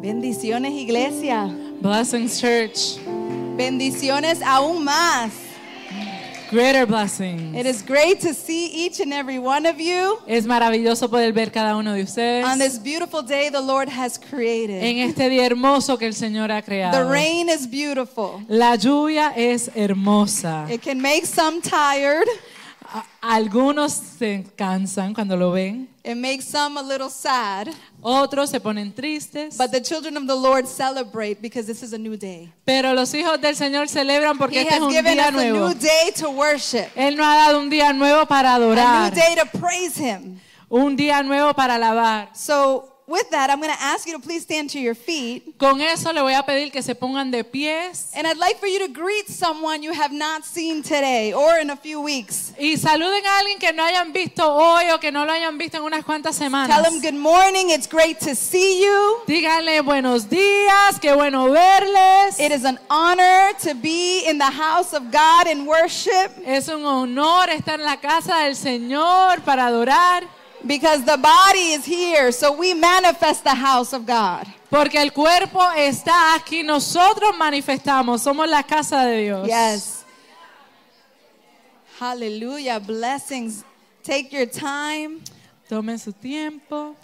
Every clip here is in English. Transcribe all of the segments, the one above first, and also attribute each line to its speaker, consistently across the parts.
Speaker 1: Bendiciones, iglesia.
Speaker 2: Blessings, church.
Speaker 1: Bendiciones aún más.
Speaker 2: Greater blessings.
Speaker 1: It is great to see each and every one of you
Speaker 2: Es maravilloso poder ver cada uno de ustedes
Speaker 1: on this beautiful day the Lord has created.
Speaker 2: en este día hermoso que el Señor ha
Speaker 1: The
Speaker 2: creado.
Speaker 1: rain is beautiful.
Speaker 2: La lluvia es hermosa.
Speaker 1: It can make some tired.
Speaker 2: A- Algunos se cansan cuando lo ven,
Speaker 1: It makes some a little sad.
Speaker 2: otros se ponen tristes,
Speaker 1: But the children of the Lord celebrate because this is a new day.
Speaker 2: pero los hijos del Señor celebran porque
Speaker 1: He
Speaker 2: este es
Speaker 1: has
Speaker 2: un
Speaker 1: given
Speaker 2: día
Speaker 1: us a
Speaker 2: nuevo.
Speaker 1: new day to worship,
Speaker 2: Él nos ha dado un día nuevo para
Speaker 1: a
Speaker 2: adorar,
Speaker 1: new day to praise Him.
Speaker 2: un día nuevo para alabar.
Speaker 1: So, with that, I'm going to ask you to please stand to your feet.
Speaker 2: Con eso le voy a pedir que se pongan de pies
Speaker 1: And I'd like for you to greet someone you have not seen today or in a few weeks.
Speaker 2: Y saluden a alguien que no hayan visto hoy o que no lo hayan visto en unas cuantas
Speaker 1: Tell
Speaker 2: semanas.
Speaker 1: them good morning. It's great to see you.
Speaker 2: Díganle buenos días, qué bueno verles.
Speaker 1: It is an honor to be in the house of God in worship
Speaker 2: Es un honor estar en la casa del Señor para adorar,
Speaker 1: because the body is here. So we manifest the house of God.
Speaker 2: porque el cuerpo está aquí, nosotros manifestamos, somos la casa de Dios.
Speaker 1: Yes. Hallelujah. Blessings. Take your time.
Speaker 2: Tomen su tiempo.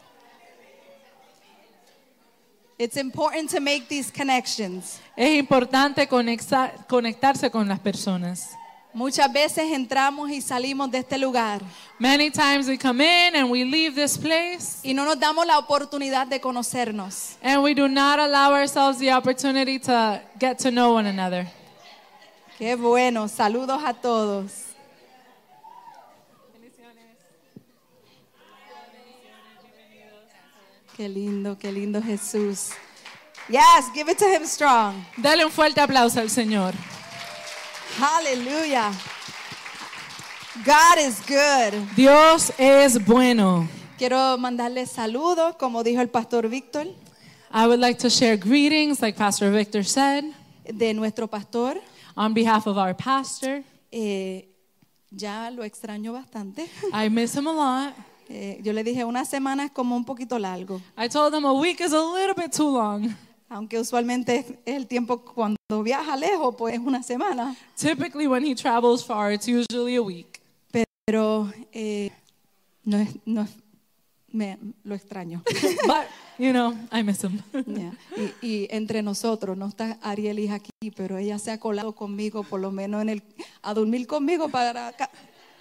Speaker 1: It's important to make these connections.
Speaker 2: Es importante conexa- conectarse con las personas.
Speaker 1: Muchas veces entramos y salimos de este lugar
Speaker 2: Many times we come in and we leave this place
Speaker 1: y no nos damos la oportunidad de conocernos.
Speaker 2: and we do not allow ourselves the opportunity to get to know one another.
Speaker 1: Qué bueno, saludos a todos. Qué lindo, qué lindo Jesús. Yes, give it to him strong.
Speaker 2: Dale un fuerte aplauso al Señor.
Speaker 1: Hallelujah. God is good.
Speaker 2: Dios es bueno.
Speaker 1: Quiero mandarle saludos, como dijo el pastor Víctor,
Speaker 2: I would like to share greetings, like Pastor Victor said,
Speaker 1: de nuestro pastor.
Speaker 2: on behalf of our pastor.
Speaker 1: Eh, ya lo extraño bastante.
Speaker 2: I miss him a lot.
Speaker 1: Eh, yo le dije, una semana es como un poquito largo.
Speaker 2: I told him a week is a little bit too long.
Speaker 1: Aunque usualmente es es el tiempo cuando viaja lejos, pues es una semana.
Speaker 2: Typically, when he travels far, it's usually a week.
Speaker 1: Pero eh, no es, no es- me- lo extraño.
Speaker 2: But, you know, I miss him.
Speaker 1: Ya. Y, y entre nosotros, no está Arielis aquí, pero ella se ha colado conmigo, por lo menos en el, a dormir conmigo para ca-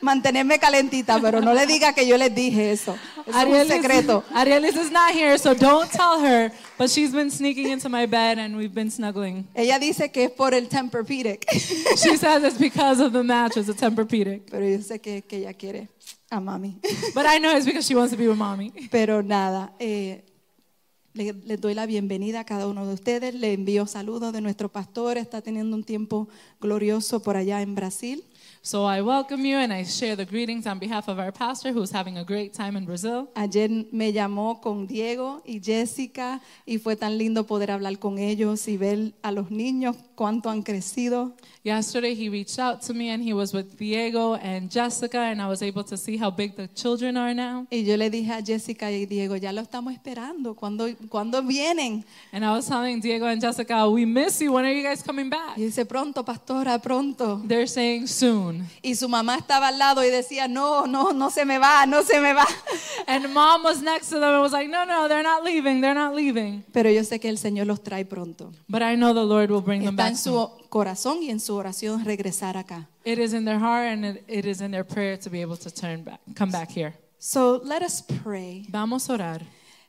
Speaker 1: mantenerme calentita, pero no le diga que yo les dije eso. Eso es un secreto.
Speaker 2: Arielis is not here, so don't tell her. But she's been sneaking into my bed and we've been snuggling.
Speaker 1: Ella dice que es por el Tempur-Pedic,
Speaker 2: She says it's because of the mattress, the Tempur-Pedic.
Speaker 1: pero yo sé que, que ella quiere a mami.
Speaker 2: But I know it's because she wants to be with mommy.
Speaker 1: Pero nada, eh, le- les doy la bienvenida a cada uno de ustedes. Le envío saludos de nuestro pastor. Está teniendo un tiempo glorioso por allá en Brasil.
Speaker 2: So I welcome you and I share the greetings on behalf of our pastor who's having a great time in Brazil.
Speaker 1: Ayer me llamó con Diego y Jessica y fue tan lindo poder hablar con ellos y ver a los niños cuánto han crecido.
Speaker 2: Yesterday he reached out to me and he was with Diego and Jessica and I was able to see how big the children are now.
Speaker 1: Y yo le dije a Jessica y Diego, ya lo estamos esperando, ¿cuándo, ¿cuándo vienen?
Speaker 2: And I was telling Diego and Jessica, we miss you. When are you guys coming back?
Speaker 1: Y dice, pronto, pastora, pronto.
Speaker 2: They're saying soon.
Speaker 1: Y su mamá estaba al lado y decía, no, no, no se me va, no se me va.
Speaker 2: And mom was next to them and was like, no, no, they're not leaving. They're not leaving.
Speaker 1: Pero yo sé que el Señor los trae pronto.
Speaker 2: But I know the Lord will bring them
Speaker 1: Está
Speaker 2: back.
Speaker 1: en
Speaker 2: soon.
Speaker 1: su corazón y en su oración regresar acá.
Speaker 2: It is in their heart and it, it is in their prayer to be able to turn back, come back here.
Speaker 1: So let us pray.
Speaker 2: Vamos a orar.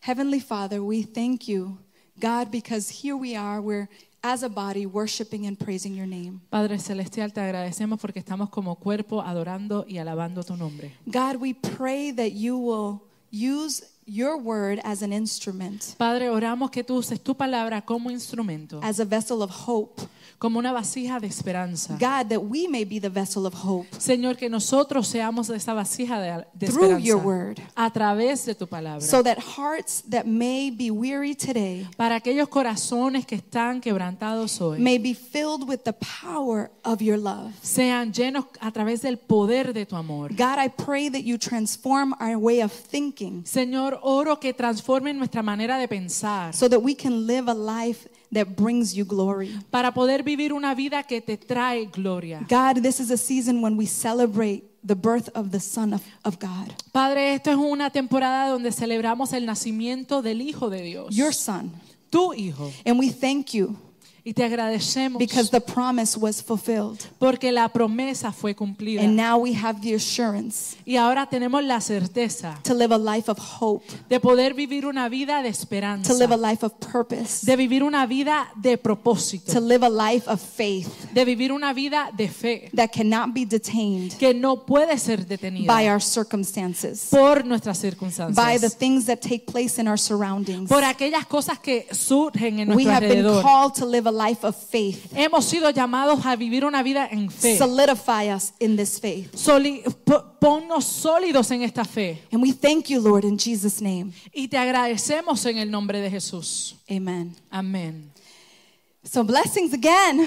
Speaker 1: Heavenly Father, we thank you, God, because here we are, we're as a body worshiping and praising your name.
Speaker 2: Padre Celestial, te agradecemos porque estamos como cuerpo adorando y alabando tu nombre.
Speaker 1: God, we pray that you will use your word as an instrument,
Speaker 2: Padre, oramos que tú uses tu palabra como instrumento,
Speaker 1: as a vessel of hope.
Speaker 2: como una vasija de esperanza.
Speaker 1: God, that we may be the vessel of hope
Speaker 2: Señor, que nosotros seamos esa vasija de, de
Speaker 1: through your
Speaker 2: esperanza
Speaker 1: word,
Speaker 2: a través de tu palabra.
Speaker 1: so that hearts that may be weary today
Speaker 2: Para aquellos corazones que están quebrantados hoy,
Speaker 1: may be filled with the power of your love.
Speaker 2: sean llenos a través del poder de tu amor.
Speaker 1: God, I pray that you transform our way of thinking
Speaker 2: Señor, oro que transformen nuestra manera de pensar
Speaker 1: so that we can live a life that brings you glory.
Speaker 2: para poder vivir una vida que te trae gloria.
Speaker 1: God, this is a season when we celebrate the birth of the Son of, of God,
Speaker 2: Padre, esto es una temporada donde celebramos el nacimiento del Hijo de Dios,
Speaker 1: your Son.
Speaker 2: tu Hijo,
Speaker 1: And we thank you
Speaker 2: y te agradecemos
Speaker 1: because the promise was fulfilled.
Speaker 2: porque la promesa fue cumplida
Speaker 1: And now we have the assurance
Speaker 2: y ahora tenemos la certeza
Speaker 1: to live a life of hope,
Speaker 2: de poder vivir una vida
Speaker 1: to live a
Speaker 2: de esperanza,
Speaker 1: life of purpose,
Speaker 2: de vivir una vida de propósito,
Speaker 1: to live a life of faith
Speaker 2: de vivir una vida de fe
Speaker 1: that cannot be detained
Speaker 2: que no puede ser detenida
Speaker 1: by our circumstances,
Speaker 2: por nuestras
Speaker 1: by the
Speaker 2: circunstancias,
Speaker 1: things that take place in our surroundings.
Speaker 2: por aquellas cosas que surgen en
Speaker 1: We
Speaker 2: nuestro
Speaker 1: have been
Speaker 2: alrededor.
Speaker 1: called to live a life of faith.
Speaker 2: Hemos sido llamados a vivir una vida en fe.
Speaker 1: Solidify us in this faith.
Speaker 2: Soli- po- ponnos sólidos en esta fe.
Speaker 1: And we thank you, Lord, in Jesus' name.
Speaker 2: Y te agradecemos en el nombre de Jesús.
Speaker 1: Amen.
Speaker 2: Amén.
Speaker 1: So, blessings again.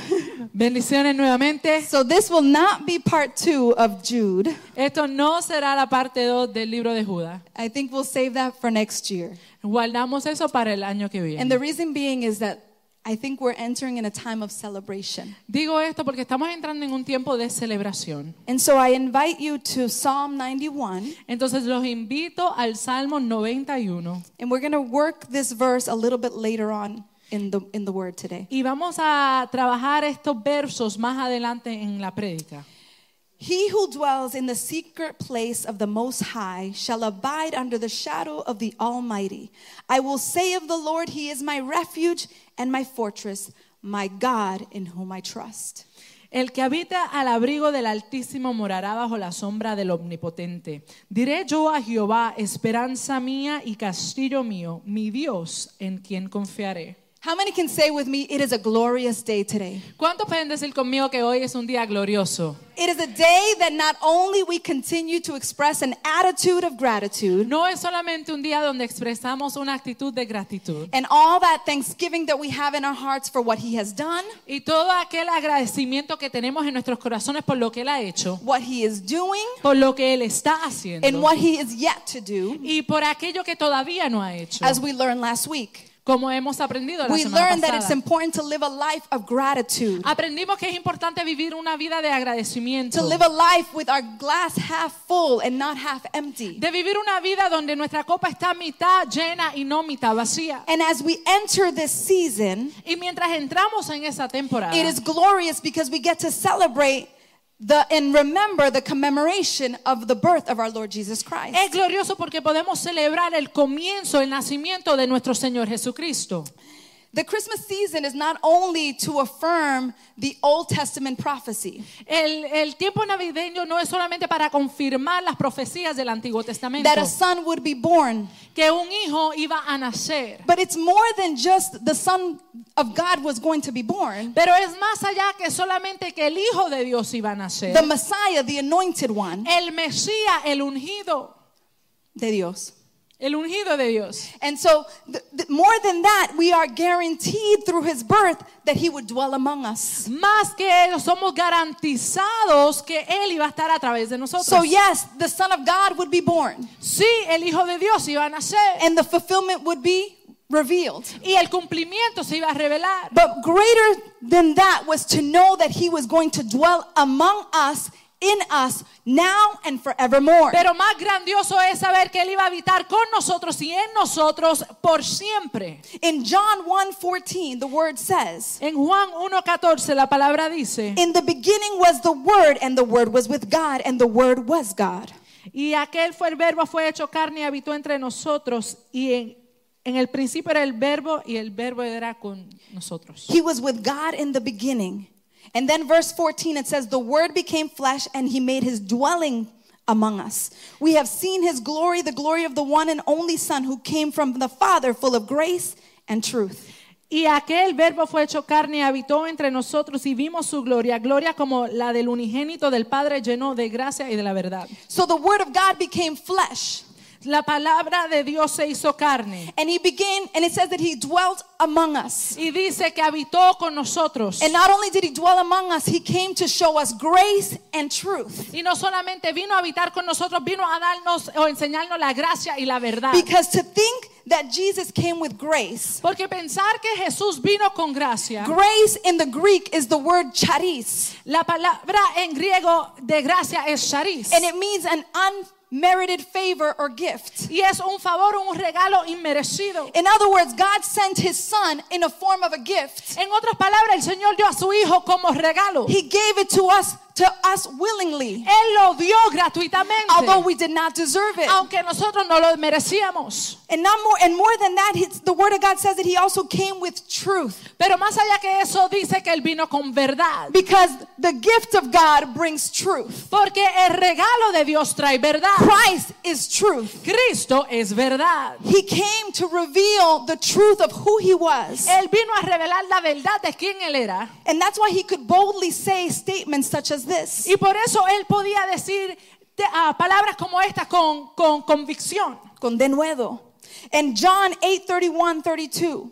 Speaker 2: Bendiciones nuevamente.
Speaker 1: so, this will not be part two of Jude.
Speaker 2: Esto no será la parte 2 del libro de Judas.
Speaker 1: I think we'll save that for next year.
Speaker 2: Guardamos eso para el año que
Speaker 1: And
Speaker 2: viene.
Speaker 1: the reason being is that I think we're entering in a time of celebration.
Speaker 2: Digo esto porque estamos entrando en un tiempo de celebración.
Speaker 1: And so, I invite you to Psalm 91,
Speaker 2: Entonces los invito al Salmo 91
Speaker 1: and we're going to work this verse a little bit later on in the, in the word today.
Speaker 2: y vamos a trabajar estos versos más adelante en la prédica.
Speaker 1: He who dwells in the secret place of the Most High shall abide under the shadow of the Almighty. I will say of the Lord, He is my refuge and my fortress, my God in whom I trust.
Speaker 2: El que habita al abrigo del Altísimo morará bajo la sombra del Omnipotente. Diré yo a Jehová, esperanza mía y castillo mío, mi Dios en quien confiaré.
Speaker 1: How many can say with me, It is a glorious day today?
Speaker 2: ¿Cuántos pueden decir conmigo que hoy es un día glorioso?
Speaker 1: It is a day that not only we continue to express an attitude of gratitude
Speaker 2: No es solamente un día donde expresamos una actitud de gratitud
Speaker 1: and all that thanksgiving that we have in our hearts for what He has done,
Speaker 2: y todo aquel agradecimiento que tenemos en nuestros corazones por lo que Él ha hecho,
Speaker 1: what He is doing,
Speaker 2: por lo que Él está
Speaker 1: and
Speaker 2: haciendo
Speaker 1: what He is yet to do,
Speaker 2: y por aquello que todavía no ha hecho,
Speaker 1: as we learned last week.
Speaker 2: como hemos aprendido la
Speaker 1: We
Speaker 2: semana
Speaker 1: learn that it's
Speaker 2: pasada. Ah,
Speaker 1: important to live a life of gratitude,
Speaker 2: Aprendimos que es importante vivir una vida de agradecimiento.
Speaker 1: to live a life with our glass half full and not half empty.
Speaker 2: De vivir una vida donde nuestra copa está mitad llena y no mitad vacía.
Speaker 1: And as we enter this season,
Speaker 2: Y mientras entramos en esa temporada,
Speaker 1: it is glorious because we get to celebrate the and remember the commemoration of the birth of our Lord Jesus
Speaker 2: es
Speaker 1: Christ.
Speaker 2: glorioso porque podemos celebrar el comienzo, el nacimiento de nuestro Señor Jesucristo.
Speaker 1: The Christmas season is not only to affirm the Old Testament prophecy
Speaker 2: El, el tiempo navideño no es solamente para confirmar las profecías del Antiguo Testamento,
Speaker 1: that a son would be born,
Speaker 2: que un hijo iba a nacer.
Speaker 1: but it's more than just the son of God was going to be born.
Speaker 2: Pero es más allá que solamente que el Hijo de Dios iba a nacer.
Speaker 1: The Messiah, the anointed one,
Speaker 2: El Mesías, el ungido.
Speaker 1: de Dios.
Speaker 2: El ungido de Dios.
Speaker 1: And so, th- th- more than that, we are guaranteed through his birth that he would dwell among us.
Speaker 2: Más que ellos somos garantizados que Él iba a estar a través de nosotros.
Speaker 1: So, yes, the Son of God would be born,
Speaker 2: sí, el Hijo de Dios iba a nacer
Speaker 1: and the fulfillment would be revealed.
Speaker 2: y el cumplimiento se iba a revelar.
Speaker 1: But greater than that was to know that he was going to dwell among us, in us, now and forevermore.
Speaker 2: Pero más grandioso es saber que Él iba a habitar con nosotros y en nosotros por siempre.
Speaker 1: In John 1:14, the word says,
Speaker 2: En Juan 1.14 la palabra dice,
Speaker 1: "In the beginning was the word, and the word was with God, and the word was God."
Speaker 2: y aquel fue el verbo, fue hecho carne y habitó entre nosotros. Y en, en el principio era el verbo y el verbo era con nosotros.
Speaker 1: He was with God in the beginning. And then verse 14 it says the word became flesh and he made his dwelling among us. We have seen his glory, the glory of the one and only son who came from the father full of grace and truth.
Speaker 2: Y aquel verbo fue hecho carne y habitó entre nosotros y vimos su gloria, gloria como la del unigénito del Padre lleno de gracia y de la verdad.
Speaker 1: So the word of God became flesh.
Speaker 2: La palabra de Dios se hizo carne
Speaker 1: And he began, and it says that he dwelt among us.
Speaker 2: y dice que habitó con nosotros.
Speaker 1: And not only did he dwell among us, he came to show us grace and truth.
Speaker 2: Y no solamente vino a habitar con nosotros, vino a darnos o enseñarnos la gracia y la verdad.
Speaker 1: Because to think that Jesus came with grace,
Speaker 2: Porque pensar que Jesús vino con gracia,
Speaker 1: grace in the Greek is the word charis,
Speaker 2: la palabra en griego de gracia es charis.
Speaker 1: and it means an unmerited favor or gift.
Speaker 2: Y es un favor, un regalo inmerecido.
Speaker 1: In other words, God sent his son in a form of a gift.
Speaker 2: En otras palabras, el Señor dio a su Hijo como regalo.
Speaker 1: He gave it to us to us willingly,
Speaker 2: Él lo dio gratuitamente,
Speaker 1: although we did not deserve it.
Speaker 2: aunque nosotros no lo merecíamos.
Speaker 1: And not more and more than that, it's- the word of God says that he also came with truth.
Speaker 2: Pero más allá que eso, dice que Él vino con verdad.
Speaker 1: Because the gift of God brings truth.
Speaker 2: Porque el regalo de Dios trae verdad.
Speaker 1: Christ is truth.
Speaker 2: Cristo es verdad.
Speaker 1: He came to reveal the truth of who he was.
Speaker 2: Él vino a revelar la verdad de quién Él era.
Speaker 1: And that's why he could boldly say statements such as this.
Speaker 2: Y por eso Él podía decir te- ah, palabras como estas con, con convicción.
Speaker 1: Con de nuevo. In John 8 31 32,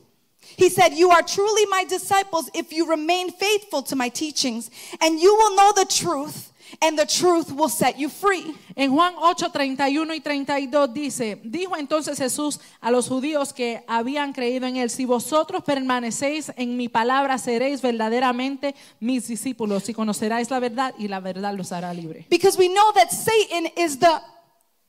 Speaker 1: he said, You are truly my disciples if you remain faithful to my teachings, and you will know the truth, and the truth will set you free.
Speaker 2: En Juan 8, 31 y 32 dice, dijo entonces Jesús a los judíos que habían creído en él, si vosotros permanecéis en mi palabra, seréis verdaderamente mis discípulos y conoceráis la verdad y la verdad los hará libre.
Speaker 1: Because we know that Satan is the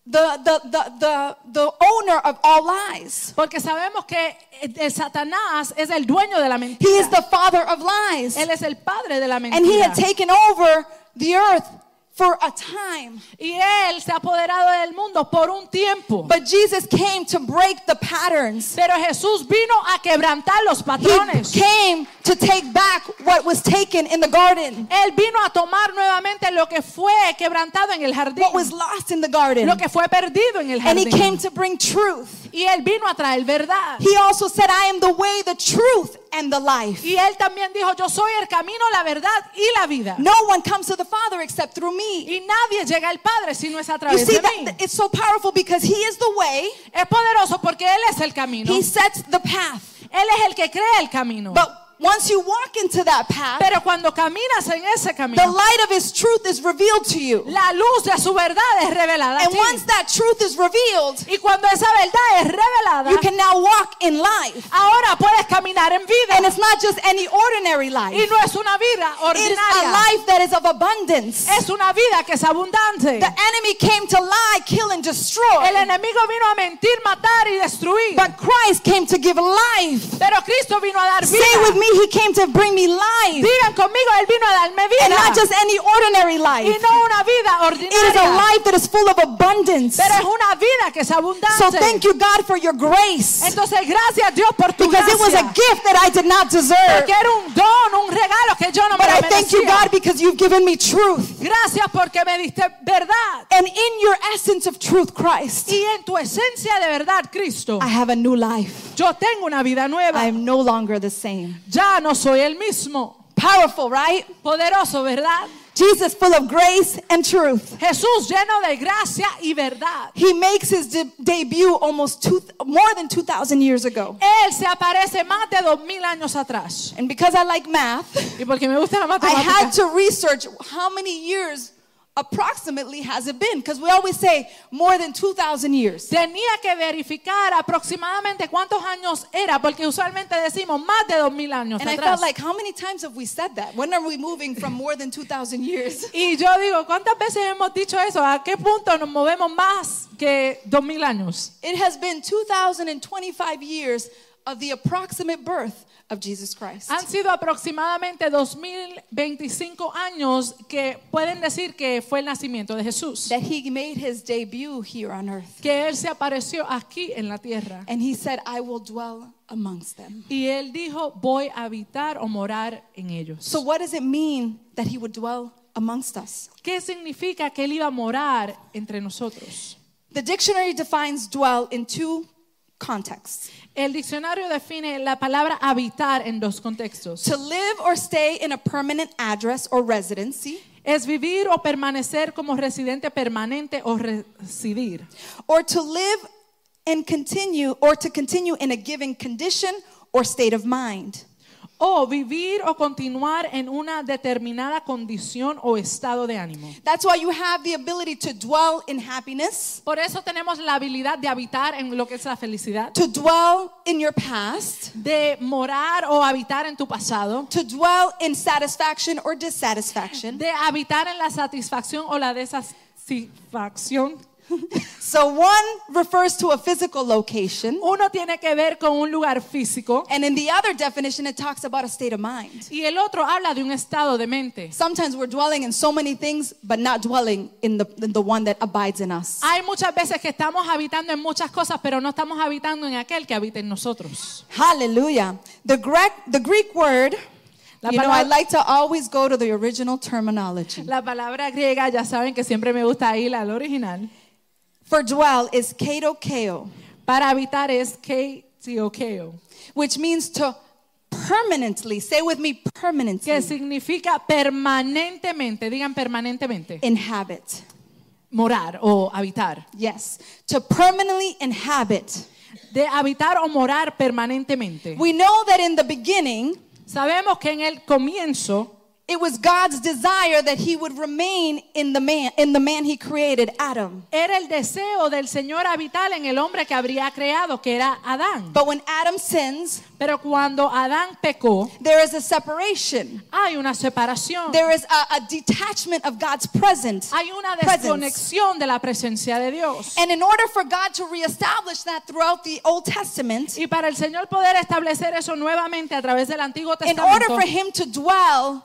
Speaker 1: the the the the, the owner of all lies.
Speaker 2: Porque sabemos que eh, eh, Satanás es el dueño de la
Speaker 1: He is
Speaker 2: mentira.
Speaker 1: the father of lies.
Speaker 2: Él es el padre de la
Speaker 1: And he
Speaker 2: mentira.
Speaker 1: had taken over the earth for a time.
Speaker 2: Y él se ha apoderado del mundo por un tiempo.
Speaker 1: But Jesus came to break the patterns.
Speaker 2: Pero Jesús vino a quebrantar los
Speaker 1: He
Speaker 2: patrones.
Speaker 1: came to take back what was taken in the garden,
Speaker 2: Él vino a tomar nuevamente lo que fue quebrantado en el jardín,
Speaker 1: what was lost in the garden.
Speaker 2: lo que fue perdido en el
Speaker 1: And he came
Speaker 2: jardín.
Speaker 1: to bring truth.
Speaker 2: Y él vino a traer verdad.
Speaker 1: He also said, I am the way, the truth, and the life.
Speaker 2: Y él también dijo, yo soy el camino, la verdad y la vida.
Speaker 1: No one comes to the Father except through me.
Speaker 2: Y nadie llega al Padre si no es a
Speaker 1: You
Speaker 2: través
Speaker 1: see,
Speaker 2: de
Speaker 1: that,
Speaker 2: mí.
Speaker 1: it's so powerful because He is the way,
Speaker 2: Es poderoso porque él es el camino.
Speaker 1: He
Speaker 2: Él
Speaker 1: sets the path.
Speaker 2: es el que crea el camino.
Speaker 1: But once you walk into that path,
Speaker 2: Pero cuando caminas en ese
Speaker 1: the
Speaker 2: camino,
Speaker 1: light of His truth is revealed to you.
Speaker 2: la luz de su verdad es revelada. a
Speaker 1: And
Speaker 2: ti.
Speaker 1: once that truth is revealed,
Speaker 2: Y cuando esa verdad es revelada,
Speaker 1: you can now walk in life.
Speaker 2: ahora puedes caminar en vida.
Speaker 1: And it's not just any ordinary
Speaker 2: Y
Speaker 1: life.
Speaker 2: no es una vida
Speaker 1: It's a
Speaker 2: ordinaria.
Speaker 1: life that is of abundance.
Speaker 2: Es una vida que es abundante.
Speaker 1: The enemy came to lie, kill, and
Speaker 2: El
Speaker 1: destroy.
Speaker 2: enemigo vino a mentir, matar y destruir.
Speaker 1: But Christ came to give life.
Speaker 2: Pero Cristo vino a dar
Speaker 1: Say with
Speaker 2: vida.
Speaker 1: me, He came to bring me life.
Speaker 2: Digan conmigo, Él vino a darme
Speaker 1: And not
Speaker 2: vida.
Speaker 1: just any ordinary
Speaker 2: Y
Speaker 1: life.
Speaker 2: no una vida
Speaker 1: It is a
Speaker 2: ordinaria.
Speaker 1: life that is full of abundance.
Speaker 2: Pero es una vida que es
Speaker 1: So thank
Speaker 2: abundante.
Speaker 1: you, God, for your grace.
Speaker 2: Entonces, gracias a Dios por tu
Speaker 1: Because it was a
Speaker 2: gracia.
Speaker 1: gift that I did not deserve.
Speaker 2: Porque era un don, un regalo que yo no me
Speaker 1: But
Speaker 2: lo
Speaker 1: I thank you,
Speaker 2: merecía.
Speaker 1: God, because you've given me truth.
Speaker 2: Gracias porque me diste verdad.
Speaker 1: And in your essence of truth, Christ,
Speaker 2: Y en tu esencia de verdad, Cristo,
Speaker 1: I have a new life.
Speaker 2: yo tengo una vida
Speaker 1: I
Speaker 2: nueva.
Speaker 1: am no longer the same.
Speaker 2: Ya no soy el mismo.
Speaker 1: Powerful, right?
Speaker 2: Poderoso, ¿verdad?
Speaker 1: Jesus, full of grace and truth.
Speaker 2: Jesús lleno de gracia y verdad.
Speaker 1: He makes his de- debut almost two, more than 2,000 years ago.
Speaker 2: Él se aparece más de dos mil años atrás.
Speaker 1: And because I like math,
Speaker 2: Y porque me gusta la
Speaker 1: I had
Speaker 2: matemática,
Speaker 1: to research how many years approximately has it been. Because we always say more than 2,000 years.
Speaker 2: tenía que verificar aproximadamente cuántos años era, porque usualmente decimos más de dos mil años
Speaker 1: And I felt
Speaker 2: atrás.
Speaker 1: like, how many times have we said that? When are we moving from more than 2,000 years?
Speaker 2: y yo digo, ¿cuántas veces hemos dicho eso? ¿A qué punto nos movemos más que dos mil años?
Speaker 1: It has been 2,025 years of the approximate birth of Jesus Christ.
Speaker 2: Han sido aproximadamente 2025 años que pueden decir que fue el nacimiento de Jesús.
Speaker 1: That he made his debut here on earth.
Speaker 2: Que Él se apareció aquí en la tierra.
Speaker 1: And he said, I will dwell amongst them.
Speaker 2: Y él dijo, voy a habitar o morar en ellos.
Speaker 1: So, what does it mean that he would dwell amongst us?
Speaker 2: ¿Qué significa que él iba a morar entre nosotros?
Speaker 1: The dictionary defines dwell in two contexts
Speaker 2: El diccionario define la palabra habitar en dos contextos.
Speaker 1: to live or stay in a permanent address or residency,
Speaker 2: Es vivir o permanecer como residente permanente o residir.
Speaker 1: or to live and continue, or to continue in a given condition or state of mind.
Speaker 2: O vivir o continuar en una determinada condición o estado de ánimo.
Speaker 1: That's why you have the ability to dwell in happiness,
Speaker 2: Por eso tenemos la habilidad de habitar en lo que es la felicidad,
Speaker 1: to dwell in your past,
Speaker 2: de morar o habitar en tu pasado,
Speaker 1: to dwell in satisfaction or dissatisfaction.
Speaker 2: de habitar en la satisfacción o la desatisfacción.
Speaker 1: So one refers to a physical location,
Speaker 2: Uno tiene que ver con un lugar físico
Speaker 1: and in the other definition, it talks about a state of mind.
Speaker 2: y el otro habla de un estado de mente.
Speaker 1: Sometimes we're dwelling in so many things, but not dwelling in the, in the one that abides in us.
Speaker 2: Hay muchas veces que estamos habitando en muchas cosas, pero no estamos habitando en aquel que habita en nosotros.
Speaker 1: Hallelujah. The Greek, the Greek word,
Speaker 2: La
Speaker 1: you know, I
Speaker 2: palabra-
Speaker 1: like to always go to the original terminology.
Speaker 2: La palabra griega, ya saben que siempre me gusta ir al original.
Speaker 1: For dwell is katokeo,
Speaker 2: Para habitar es keitiokeo,
Speaker 1: which means to permanently, say with me, permanently
Speaker 2: que significa permanentemente, digan permanentemente,
Speaker 1: inhabit.
Speaker 2: morar o habitar.
Speaker 1: Yes, to permanently inhabit.
Speaker 2: De habitar o morar permanentemente.
Speaker 1: We know that in the beginning,
Speaker 2: Sabemos que en el comienzo
Speaker 1: it was God's desire that he would remain in the man, in the man he created, Adam.
Speaker 2: era el deseo del Señor habitar en el hombre que habría creado, que era Adán.
Speaker 1: But when Adam sins,
Speaker 2: Pero cuando Adán pecó,
Speaker 1: there is a separation.
Speaker 2: hay una separación.
Speaker 1: There is a, a detachment of God's presence.
Speaker 2: Hay una
Speaker 1: presence.
Speaker 2: desconexión de la presencia de Dios.
Speaker 1: And in order for God to reestablish that throughout the Old Testament,
Speaker 2: Y para el Señor poder establecer eso nuevamente a través del Antiguo
Speaker 1: in order
Speaker 2: Testamento,
Speaker 1: for him to dwell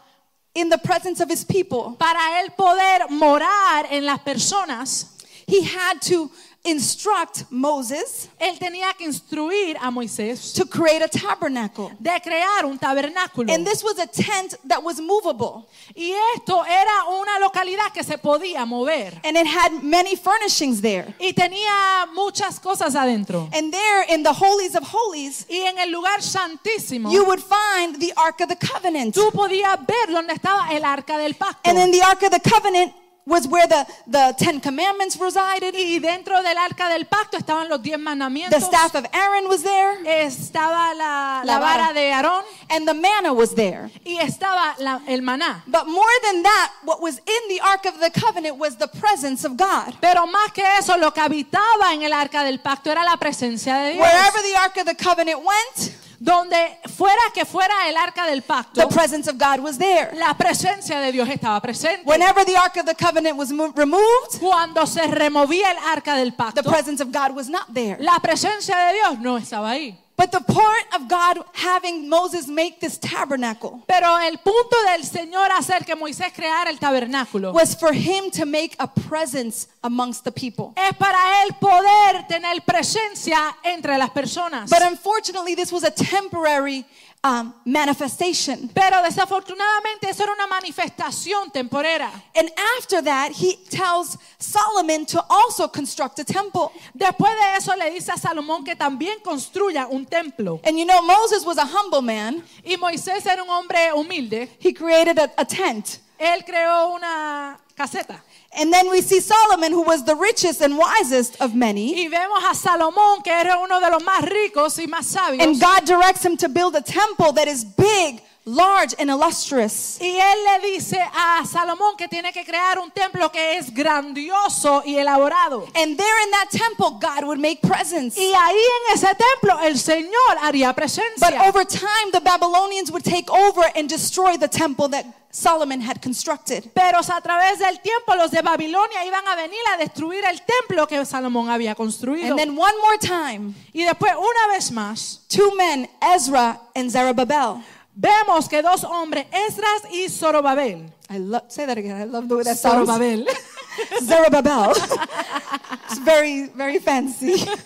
Speaker 1: in the presence of his people,
Speaker 2: para él poder morar en las personas,
Speaker 1: he had to instruct Moses
Speaker 2: él tenía que instruir a Moisés
Speaker 1: to create a tabernacle.
Speaker 2: de crear un tabernáculo.
Speaker 1: And this was a tent that was movable,
Speaker 2: Y esto era una localidad que se podía mover
Speaker 1: and it had many furnishings there.
Speaker 2: y tenía muchas cosas adentro.
Speaker 1: And there in the holies of holies,
Speaker 2: Y en el lugar santísimo,
Speaker 1: you would find the Ark of the Covenant.
Speaker 2: tú podías ver dónde estaba el arca del pacto.
Speaker 1: And in the Ark of the Covenant was where the, the Ten Commandments resided.
Speaker 2: Y dentro del arca del pacto estaban los diez
Speaker 1: The
Speaker 2: mandamientos.
Speaker 1: staff of Aaron was there,
Speaker 2: estaba la,
Speaker 1: La
Speaker 2: la
Speaker 1: vara.
Speaker 2: vara de Aarón
Speaker 1: and the manna was there.
Speaker 2: y estaba la- el maná.
Speaker 1: But more than that, what was in the Ark of the Covenant was the presence of God.
Speaker 2: Pero más que eso, lo que habitaba en el arca del pacto era la presencia de Dios.
Speaker 1: Wherever the Ark of the Covenant went,
Speaker 2: Donde fuera que fuera el arca del
Speaker 1: the
Speaker 2: pacto,
Speaker 1: presence of God was there.
Speaker 2: la presencia de Dios estaba presente.
Speaker 1: Whenever the Ark of the Covenant was mo- removed,
Speaker 2: Cuando se removía el arca del
Speaker 1: the
Speaker 2: pacto,
Speaker 1: presence of God was not there.
Speaker 2: la presencia de Dios no estaba ahí.
Speaker 1: But the part of God having Moses make this tabernacle
Speaker 2: Pero el punto del Señor hacer que Moisés creara el tabernáculo
Speaker 1: was for him to make a presence amongst the people.
Speaker 2: es para él poder tener presencia entre las personas.
Speaker 1: But unfortunately, this was a temporary um, manifestation.
Speaker 2: Pero desafortunadamente eso era una manifestación temporera.
Speaker 1: And after that, he tells Solomon to also construct a temple.
Speaker 2: Después de eso le dice a Salomón que también construya un templo.
Speaker 1: And you know, Moses was a humble man.
Speaker 2: Y Moisés era un hombre humilde.
Speaker 1: He created a, a tent.
Speaker 2: Él creó una caseta.
Speaker 1: And then we see Solomon, who was the richest and wisest of many.
Speaker 2: Y vemos a Salomón que era uno de los más ricos y más
Speaker 1: And
Speaker 2: sabios.
Speaker 1: God directs him to build a temple that is big, large, and illustrious.
Speaker 2: Y él le dice a Salomón que tiene que crear un templo que es grandioso y elaborado.
Speaker 1: And there in that temple, God would make presence.
Speaker 2: Y ahí en ese templo el Señor haría
Speaker 1: But
Speaker 2: presencia.
Speaker 1: over time, the Babylonians would take over and destroy the temple that Solomon had constructed.
Speaker 2: Pero a través del tiempo los de Babilonia iban a venir a destruir el templo que Salomón había construido.
Speaker 1: And then one more time,
Speaker 2: y después una vez más
Speaker 1: two men, Ezra and Zerubbabel.
Speaker 2: vemos que dos hombres, Esdras y Zorobabel.
Speaker 1: I love say that again. I love the way that sounds.
Speaker 2: Zorobabel.
Speaker 1: Zerubbabel. it's very, very fancy.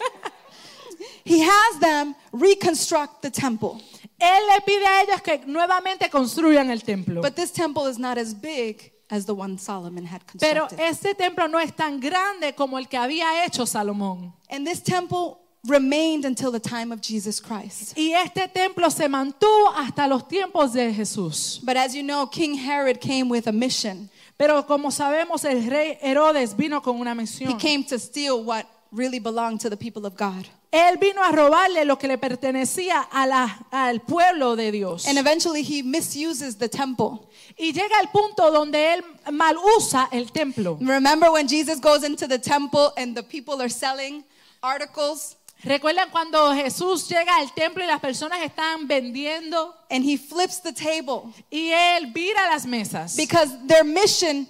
Speaker 1: he has them reconstruct the temple.
Speaker 2: Él le pide a ellos que nuevamente construyan el templo.
Speaker 1: But this temple is not as big as the one Solomon had
Speaker 2: Pero
Speaker 1: constructed.
Speaker 2: este templo no es tan grande como el que había hecho Salomón.
Speaker 1: and this temple remained until the time of Jesus Christ.
Speaker 2: Y este templo se mantuvo hasta los tiempos de Jesús.
Speaker 1: But as you know, King Herod came with a mission.
Speaker 2: Pero como sabemos, el rey Herodes vino con una
Speaker 1: He
Speaker 2: misión.
Speaker 1: came to steal what really belonged to the people of God.
Speaker 2: Él vino a robarle lo que le pertenecía a la- al pueblo de Dios.
Speaker 1: And eventually he misuses the temple.
Speaker 2: Y llega al punto donde él mal usa el templo.
Speaker 1: Remember when Jesus goes into the temple and the people are selling articles
Speaker 2: ¿Recuerdan cuando Jesús llega al templo y las personas están vendiendo
Speaker 1: and he flips the table
Speaker 2: y él vira las mesas?
Speaker 1: because their mission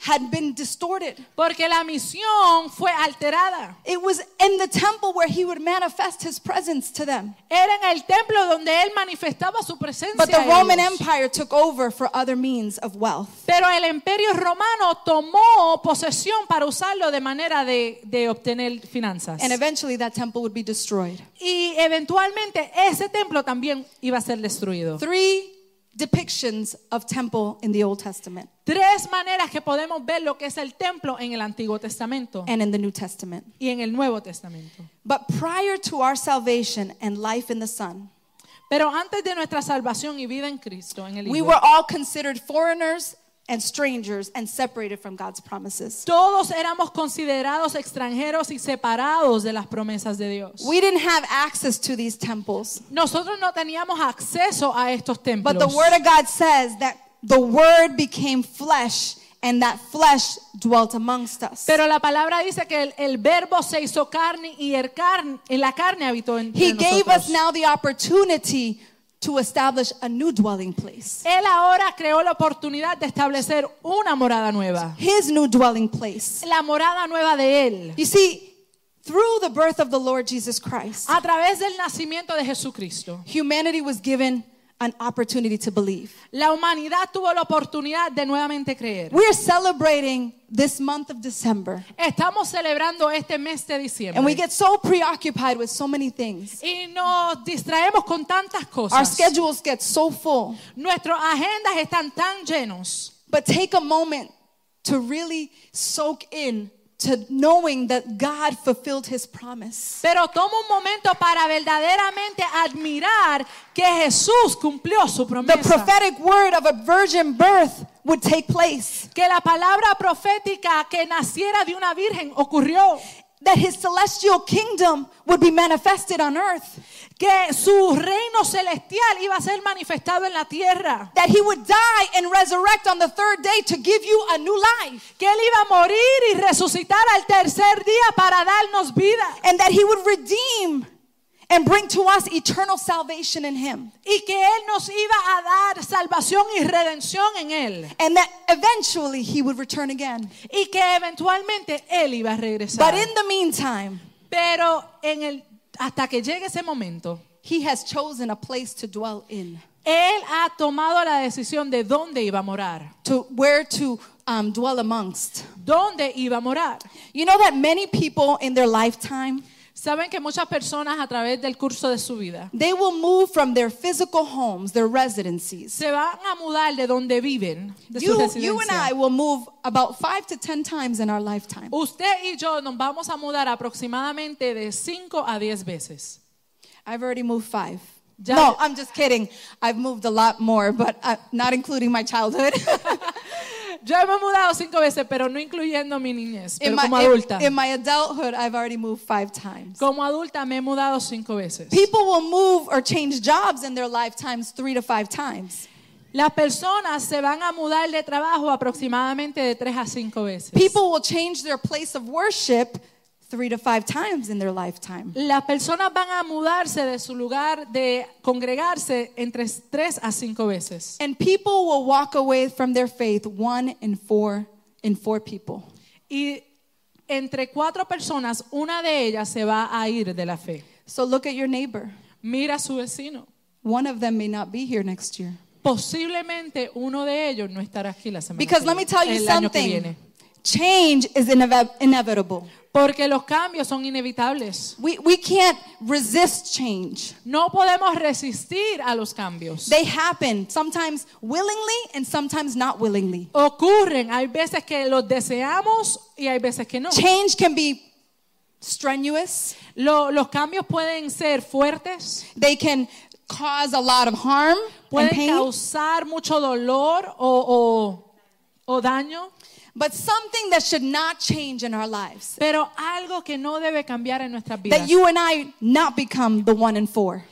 Speaker 1: had been distorted.
Speaker 2: Porque la misión fue alterada.
Speaker 1: It was in the temple where he would manifest his presence to them.
Speaker 2: Era en el templo donde él manifestaba su presencia.
Speaker 1: But the
Speaker 2: a
Speaker 1: Roman
Speaker 2: ellos.
Speaker 1: Empire took over for other means of wealth.
Speaker 2: Pero el imperio romano tomó posesión para usarlo de manera de, de obtener finanzas.
Speaker 1: And eventually that temple would be destroyed.
Speaker 2: Y eventualmente ese templo también iba a ser destruido.
Speaker 1: Three depictions of temple in the Old Testament
Speaker 2: Tres maneras que podemos ver lo que es el templo en el Antiguo Testamento
Speaker 1: and in the New Testament.
Speaker 2: y en el Nuevo Testamento.
Speaker 1: But prior to our salvation and life in the Son,
Speaker 2: Pero antes de nuestra salvación y vida en Cristo, en el
Speaker 1: we
Speaker 2: Hijo,
Speaker 1: were all considered foreigners and strangers and separated from God's promises.
Speaker 2: todos éramos considerados extranjeros y separados de las promesas de Dios.
Speaker 1: We didn't have access to these temples.
Speaker 2: Nosotros no teníamos acceso a estos templos.
Speaker 1: But the Word of God says that the Word became flesh and that flesh dwelt amongst us.
Speaker 2: Pero la palabra dice que el, el verbo se hizo carne y, el carne, y la carne habitó en
Speaker 1: He
Speaker 2: nosotros.
Speaker 1: gave us now the opportunity to establish a new dwelling place.
Speaker 2: Él ahora creó la oportunidad de establecer una morada nueva.
Speaker 1: His new dwelling place.
Speaker 2: La morada nueva de Él.
Speaker 1: You see, through the birth of the Lord Jesus Christ,
Speaker 2: A través del nacimiento de Jesucristo.
Speaker 1: humanity was given an opportunity to believe.
Speaker 2: La humanidad tuvo la oportunidad de nuevamente creer.
Speaker 1: We're celebrating this month of December,
Speaker 2: Estamos celebrando este mes de
Speaker 1: and we
Speaker 2: diciembre.
Speaker 1: get so preoccupied with so many things.
Speaker 2: Y nos distraemos con tantas
Speaker 1: Our
Speaker 2: cosas.
Speaker 1: schedules get so full.
Speaker 2: Nuestras agendas están tan llenos.
Speaker 1: But take a moment to really soak in to knowing that God fulfilled his promise.
Speaker 2: Pero toma un momento para verdaderamente admirar que Jesús cumplió su
Speaker 1: The
Speaker 2: promesa.
Speaker 1: prophetic word of a virgin birth would take place,
Speaker 2: Que la palabra profética que naciera de una virgen ocurrió.
Speaker 1: that his celestial kingdom would be manifested on earth,
Speaker 2: Que su reino celestial iba a ser manifestado en la tierra.
Speaker 1: that he would die and resurrect on the third day to give you a new life,
Speaker 2: Que él iba a morir y resucitar al tercer día para darnos vida.
Speaker 1: and that he would redeem and bring to us eternal salvation in him,
Speaker 2: Y que él nos iba a dar salvación y redención en él.
Speaker 1: and that eventually he would return again.
Speaker 2: Y que eventualmente él iba a regresar.
Speaker 1: But in the meantime,
Speaker 2: Pero en el, hasta que llegue ese momento.
Speaker 1: He has chosen a place to dwell in,
Speaker 2: Él ha tomado la decisión de dónde iba a morar,
Speaker 1: to where to um, dwell amongst.
Speaker 2: dónde iba a morar.
Speaker 1: You know that many people in their lifetime,
Speaker 2: Saben que muchas personas a través del curso de su vida
Speaker 1: they will move from their physical homes, their residencies.
Speaker 2: se van a mudar de donde viven, de su
Speaker 1: You, you and
Speaker 2: residencia.
Speaker 1: I will move about five to ten times in our lifetime.
Speaker 2: Usted y yo nos vamos a mudar aproximadamente de 5 a 10 veces.
Speaker 1: I've already moved five.
Speaker 2: Ya-
Speaker 1: No, I'm just kidding. I've moved a lot more, but uh, not including my childhood.
Speaker 2: Yo me he mudado cinco veces, pero no incluyendo mi niñez,
Speaker 1: in,
Speaker 2: pero
Speaker 1: my,
Speaker 2: como
Speaker 1: in-
Speaker 2: adulta.
Speaker 1: in my adulthood, I've already moved five times.
Speaker 2: Como adulta me he mudado cinco veces.
Speaker 1: People will move or change jobs in their lifetimes three to five times.
Speaker 2: Las personas se van a mudar de trabajo aproximadamente de 3 a 5 veces.
Speaker 1: People will change their place of worship three to five times in their lifetime.
Speaker 2: Las personas van a mudarse de su lugar de congregarse entre tres a cinco veces.
Speaker 1: And people will walk away from their faith one in four in four people.
Speaker 2: Y entre cuatro personas, una de ellas se va a ir de la fe.
Speaker 1: So look at your neighbor.
Speaker 2: Mira a su vecino.
Speaker 1: One of them may not be here next year.
Speaker 2: Posiblemente uno de ellos no estará aquí la semana
Speaker 1: Because
Speaker 2: que
Speaker 1: let me
Speaker 2: viene,
Speaker 1: tell you
Speaker 2: el año que
Speaker 1: something.
Speaker 2: viene.
Speaker 1: Change is inev- inevitable.
Speaker 2: Porque los cambios son inevitables.
Speaker 1: We, we can't resist change.
Speaker 2: No podemos resistir a los cambios.
Speaker 1: They happen sometimes willingly and sometimes not willingly.
Speaker 2: Ocurren. Hay veces que los deseamos y hay veces que no.
Speaker 1: Change can be strenuous.
Speaker 2: Lo- los cambios pueden ser fuertes.
Speaker 1: They can cause a lot of harm and
Speaker 2: pueden
Speaker 1: pain.
Speaker 2: causar mucho dolor o, o o daño,
Speaker 1: but something that should not change in our lives.
Speaker 2: pero algo que no debe cambiar en nuestras vidas.
Speaker 1: That you and I not become the one in four.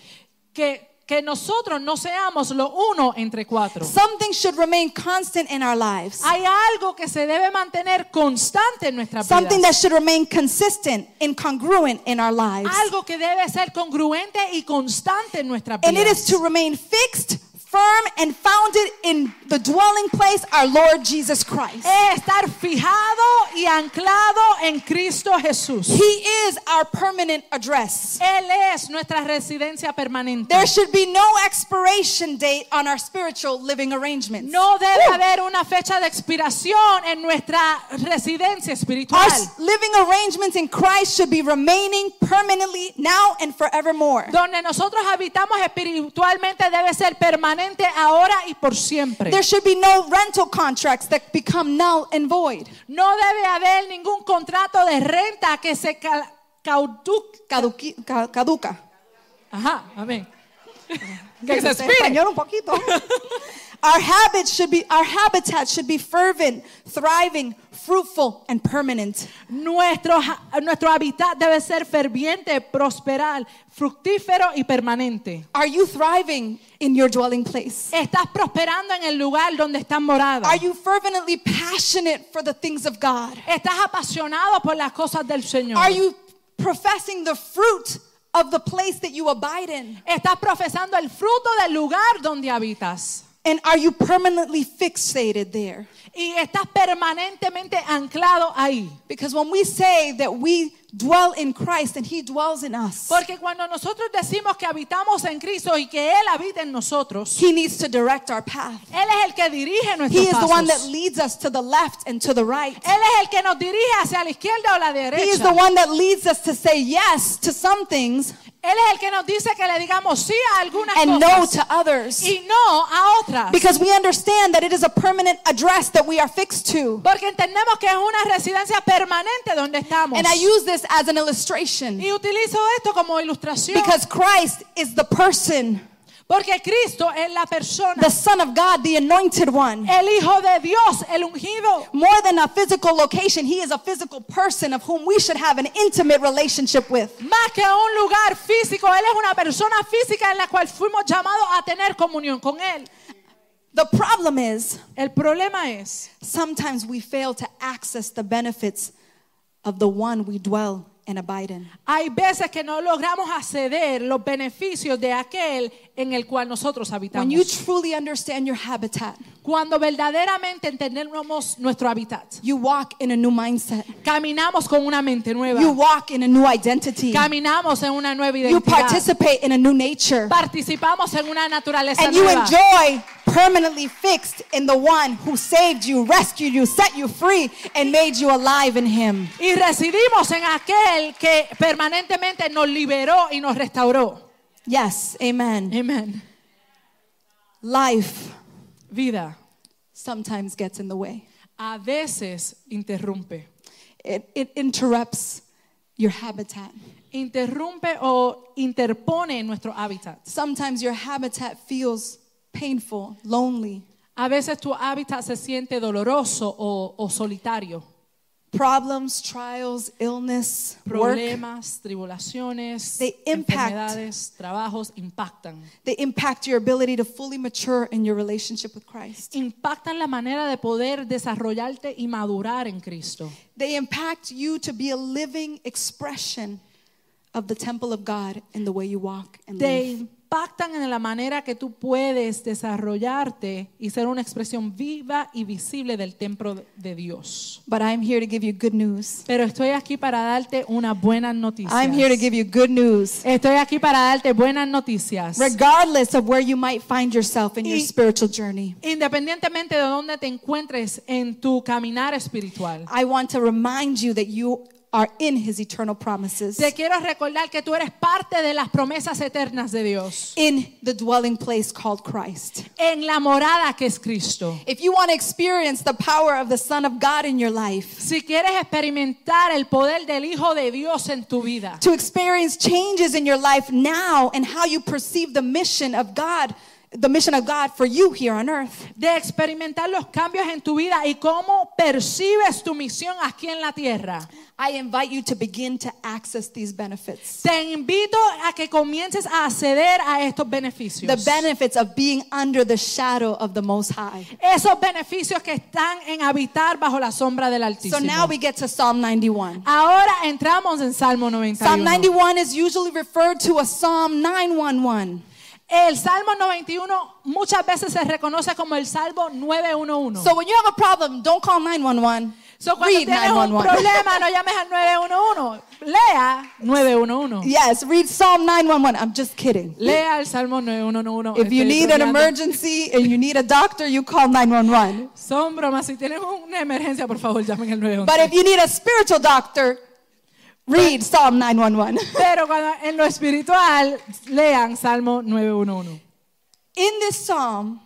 Speaker 2: que, que nosotros no seamos lo uno entre cuatro.
Speaker 1: Something should remain constant in our lives.
Speaker 2: Hay algo que se debe mantener constante en nuestras
Speaker 1: Something
Speaker 2: vidas.
Speaker 1: that should remain consistent and congruent in our lives.
Speaker 2: Algo que debe ser congruente y constante en nuestras
Speaker 1: And it is
Speaker 2: vidas.
Speaker 1: to remain fixed, firm, and founded in the dwelling place, our Lord Jesus Christ.
Speaker 2: Es estar fijado y anclado en Cristo Jesús.
Speaker 1: He is our permanent address.
Speaker 2: Él es nuestra residencia permanente.
Speaker 1: There should be no expiration date on our spiritual living arrangements.
Speaker 2: No debe
Speaker 1: Woo!
Speaker 2: haber una fecha de expiración en nuestra residencia
Speaker 1: Our
Speaker 2: espiritual.
Speaker 1: s- living arrangements in Christ should be remaining permanently now and forevermore.
Speaker 2: Donde nosotros habitamos espiritualmente debe ser permanente ahora y por siempre.
Speaker 1: There should be no rental contracts that become null and void.
Speaker 2: No debe haber ningún contrato de renta que se cal- caudu-
Speaker 1: Caduqui- ca- caduca.
Speaker 2: Ajá, amén.
Speaker 1: Que
Speaker 2: que se
Speaker 1: usted
Speaker 2: expire.
Speaker 1: español un poquito. our habits should be our habitat should be fervent, thriving, fruitful and permanent.
Speaker 2: Nuestro, ja- nuestro hábitat debe ser ferviente, prosperar, fructífero y permanente.
Speaker 1: Are you thriving in your dwelling place?
Speaker 2: Estás prosperando en el lugar donde estás morada.
Speaker 1: Are you fervently passionate for the things of God?
Speaker 2: Estás apasionado por las cosas del Señor.
Speaker 1: Are you professing the fruit of the place that you abide in?
Speaker 2: Estás profesando el fruto del lugar donde habitas.
Speaker 1: And are you permanently fixated there?
Speaker 2: Y estás permanentemente anclado ahí.
Speaker 1: Because when we say that we dwell in Christ and he dwells in us,
Speaker 2: Porque cuando nosotros decimos que habitamos en Cristo y que Él habita en nosotros,
Speaker 1: he needs to direct our path.
Speaker 2: Él es el que dirige
Speaker 1: He
Speaker 2: nuestros
Speaker 1: is the one that
Speaker 2: pasos.
Speaker 1: leads us to the left and to the right.
Speaker 2: Él es el que nos dirige hacia la izquierda o la
Speaker 1: He is the
Speaker 2: derecha.
Speaker 1: one that leads us to say yes to some things
Speaker 2: Él es el que nos dice que le digamos sí a algunas
Speaker 1: and no
Speaker 2: cosas
Speaker 1: to others.
Speaker 2: y no a otras.
Speaker 1: Because we understand that it is a permanent address that we are fixed to.
Speaker 2: Porque entendemos que es una residencia permanente donde estamos.
Speaker 1: And I use this as an illustration
Speaker 2: Y utilizo esto como ilustración.
Speaker 1: because Christ is the person,
Speaker 2: Porque Cristo es la persona,
Speaker 1: the Son of God, the anointed one.
Speaker 2: el Hijo de Dios, el ungido.
Speaker 1: More than a physical location, he is a physical person of whom we should have an intimate relationship with.
Speaker 2: Más que un lugar físico, Él es una persona física en la cual fuimos llamados a tener comunión con Él.
Speaker 1: The problem is,
Speaker 2: El problema es
Speaker 1: sometimes we fail to access the benefits of the one we dwell and abide in.
Speaker 2: Hay veces que no logramos acceder los beneficios de aquel en el cual nosotros
Speaker 1: When you
Speaker 2: habitamos.
Speaker 1: truly understand your habitat,
Speaker 2: Cuando verdaderamente entendemos nuestro hábitat,
Speaker 1: you walk in a new mindset.
Speaker 2: caminamos con una mente nueva,
Speaker 1: You walk in a new identity.
Speaker 2: caminamos en una nueva
Speaker 1: You
Speaker 2: identidad,
Speaker 1: participate in a new nature.
Speaker 2: participamos en una naturaleza
Speaker 1: And you
Speaker 2: nueva
Speaker 1: enjoy permanently fixed in the one who saved you, rescued you, set you free, and made you alive in him.
Speaker 2: y residimos en aquel que permanentemente nos liberó y nos restauró.
Speaker 1: Yes, amen.
Speaker 2: Amén.
Speaker 1: Life
Speaker 2: Vida
Speaker 1: sometimes gets in the way,
Speaker 2: a veces interrumpe,
Speaker 1: it, it interrupts your habitat.
Speaker 2: interrumpe o interpone nuestro hábitat.
Speaker 1: Sometimes your habitat feels painful, lonely.
Speaker 2: A veces tu hábitat se siente doloroso o, o solitario.
Speaker 1: Problems, trials, illness, work,
Speaker 2: Problemas, tribulaciones,
Speaker 1: They impact.
Speaker 2: enfermedades, trabajos impactan.
Speaker 1: they impact your ability to fully mature in your relationship with Christ.
Speaker 2: Impactan la manera de poder desarrollarte y madurar en Cristo.
Speaker 1: They impact you to be a living expression of the temple of God in the way you walk and
Speaker 2: Te
Speaker 1: live.
Speaker 2: impactan en la manera que tú puedes desarrollarte y ser una expresión viva y visible del templo de Dios.
Speaker 1: But I'm here to give you good news.
Speaker 2: Pero estoy aquí para darte unas buenas noticias.
Speaker 1: I'm here to give you good news.
Speaker 2: Estoy aquí para darte buenas noticias.
Speaker 1: Regardless of where you might find yourself in your
Speaker 2: Y-
Speaker 1: spiritual journey,
Speaker 2: Independientemente de dónde te encuentres en tu caminar espiritual,
Speaker 1: I want to remind you that you are in His eternal promises.
Speaker 2: te quiero recordar que tú eres parte de las promesas eternas de Dios
Speaker 1: in the dwelling place called Christ.
Speaker 2: en la morada que es Cristo.
Speaker 1: If you want to experience the power of the Son of God in your life,
Speaker 2: Si quieres experimentar el poder del Hijo de Dios en tu vida,
Speaker 1: to experience changes in your life now and how you perceive the mission of God the mission of God for you here on earth.
Speaker 2: de experimentar los cambios en tu vida y cómo percibes tu misión aquí en la tierra.
Speaker 1: I invite you to begin to access these benefits.
Speaker 2: Te invito a que comiences a acceder a estos beneficios.
Speaker 1: The benefits of being under the shadow of the Most High.
Speaker 2: Esos beneficios que están en habitar bajo la sombra del Altísimo.
Speaker 1: So now we get to Psalm 91.
Speaker 2: Ahora entramos en Salmo
Speaker 1: Psalm
Speaker 2: 91.
Speaker 1: 91 is usually referred to as Psalm 911.
Speaker 2: El Salmo 91 muchas veces se reconoce como el Salmo 911.
Speaker 1: So when you have a problem, don't call 911.
Speaker 2: So, cuando
Speaker 1: read
Speaker 2: tienes un
Speaker 1: 911.
Speaker 2: problema, no llames al 911. Lea 911.
Speaker 1: Yes, read Psalm 911. I'm just kidding.
Speaker 2: Lea el Salmo 911.
Speaker 1: If you
Speaker 2: Estoy
Speaker 1: need an
Speaker 2: bromeando.
Speaker 1: emergency and you need a doctor, you call 911.
Speaker 2: Son bromas. Si tienen una emergencia, por favor, llamen al
Speaker 1: But
Speaker 2: 911.
Speaker 1: if you need a spiritual doctor, read Psalm 911.
Speaker 2: Pero cuando, en lo espiritual, lean Salmo 911.
Speaker 1: In this psalm,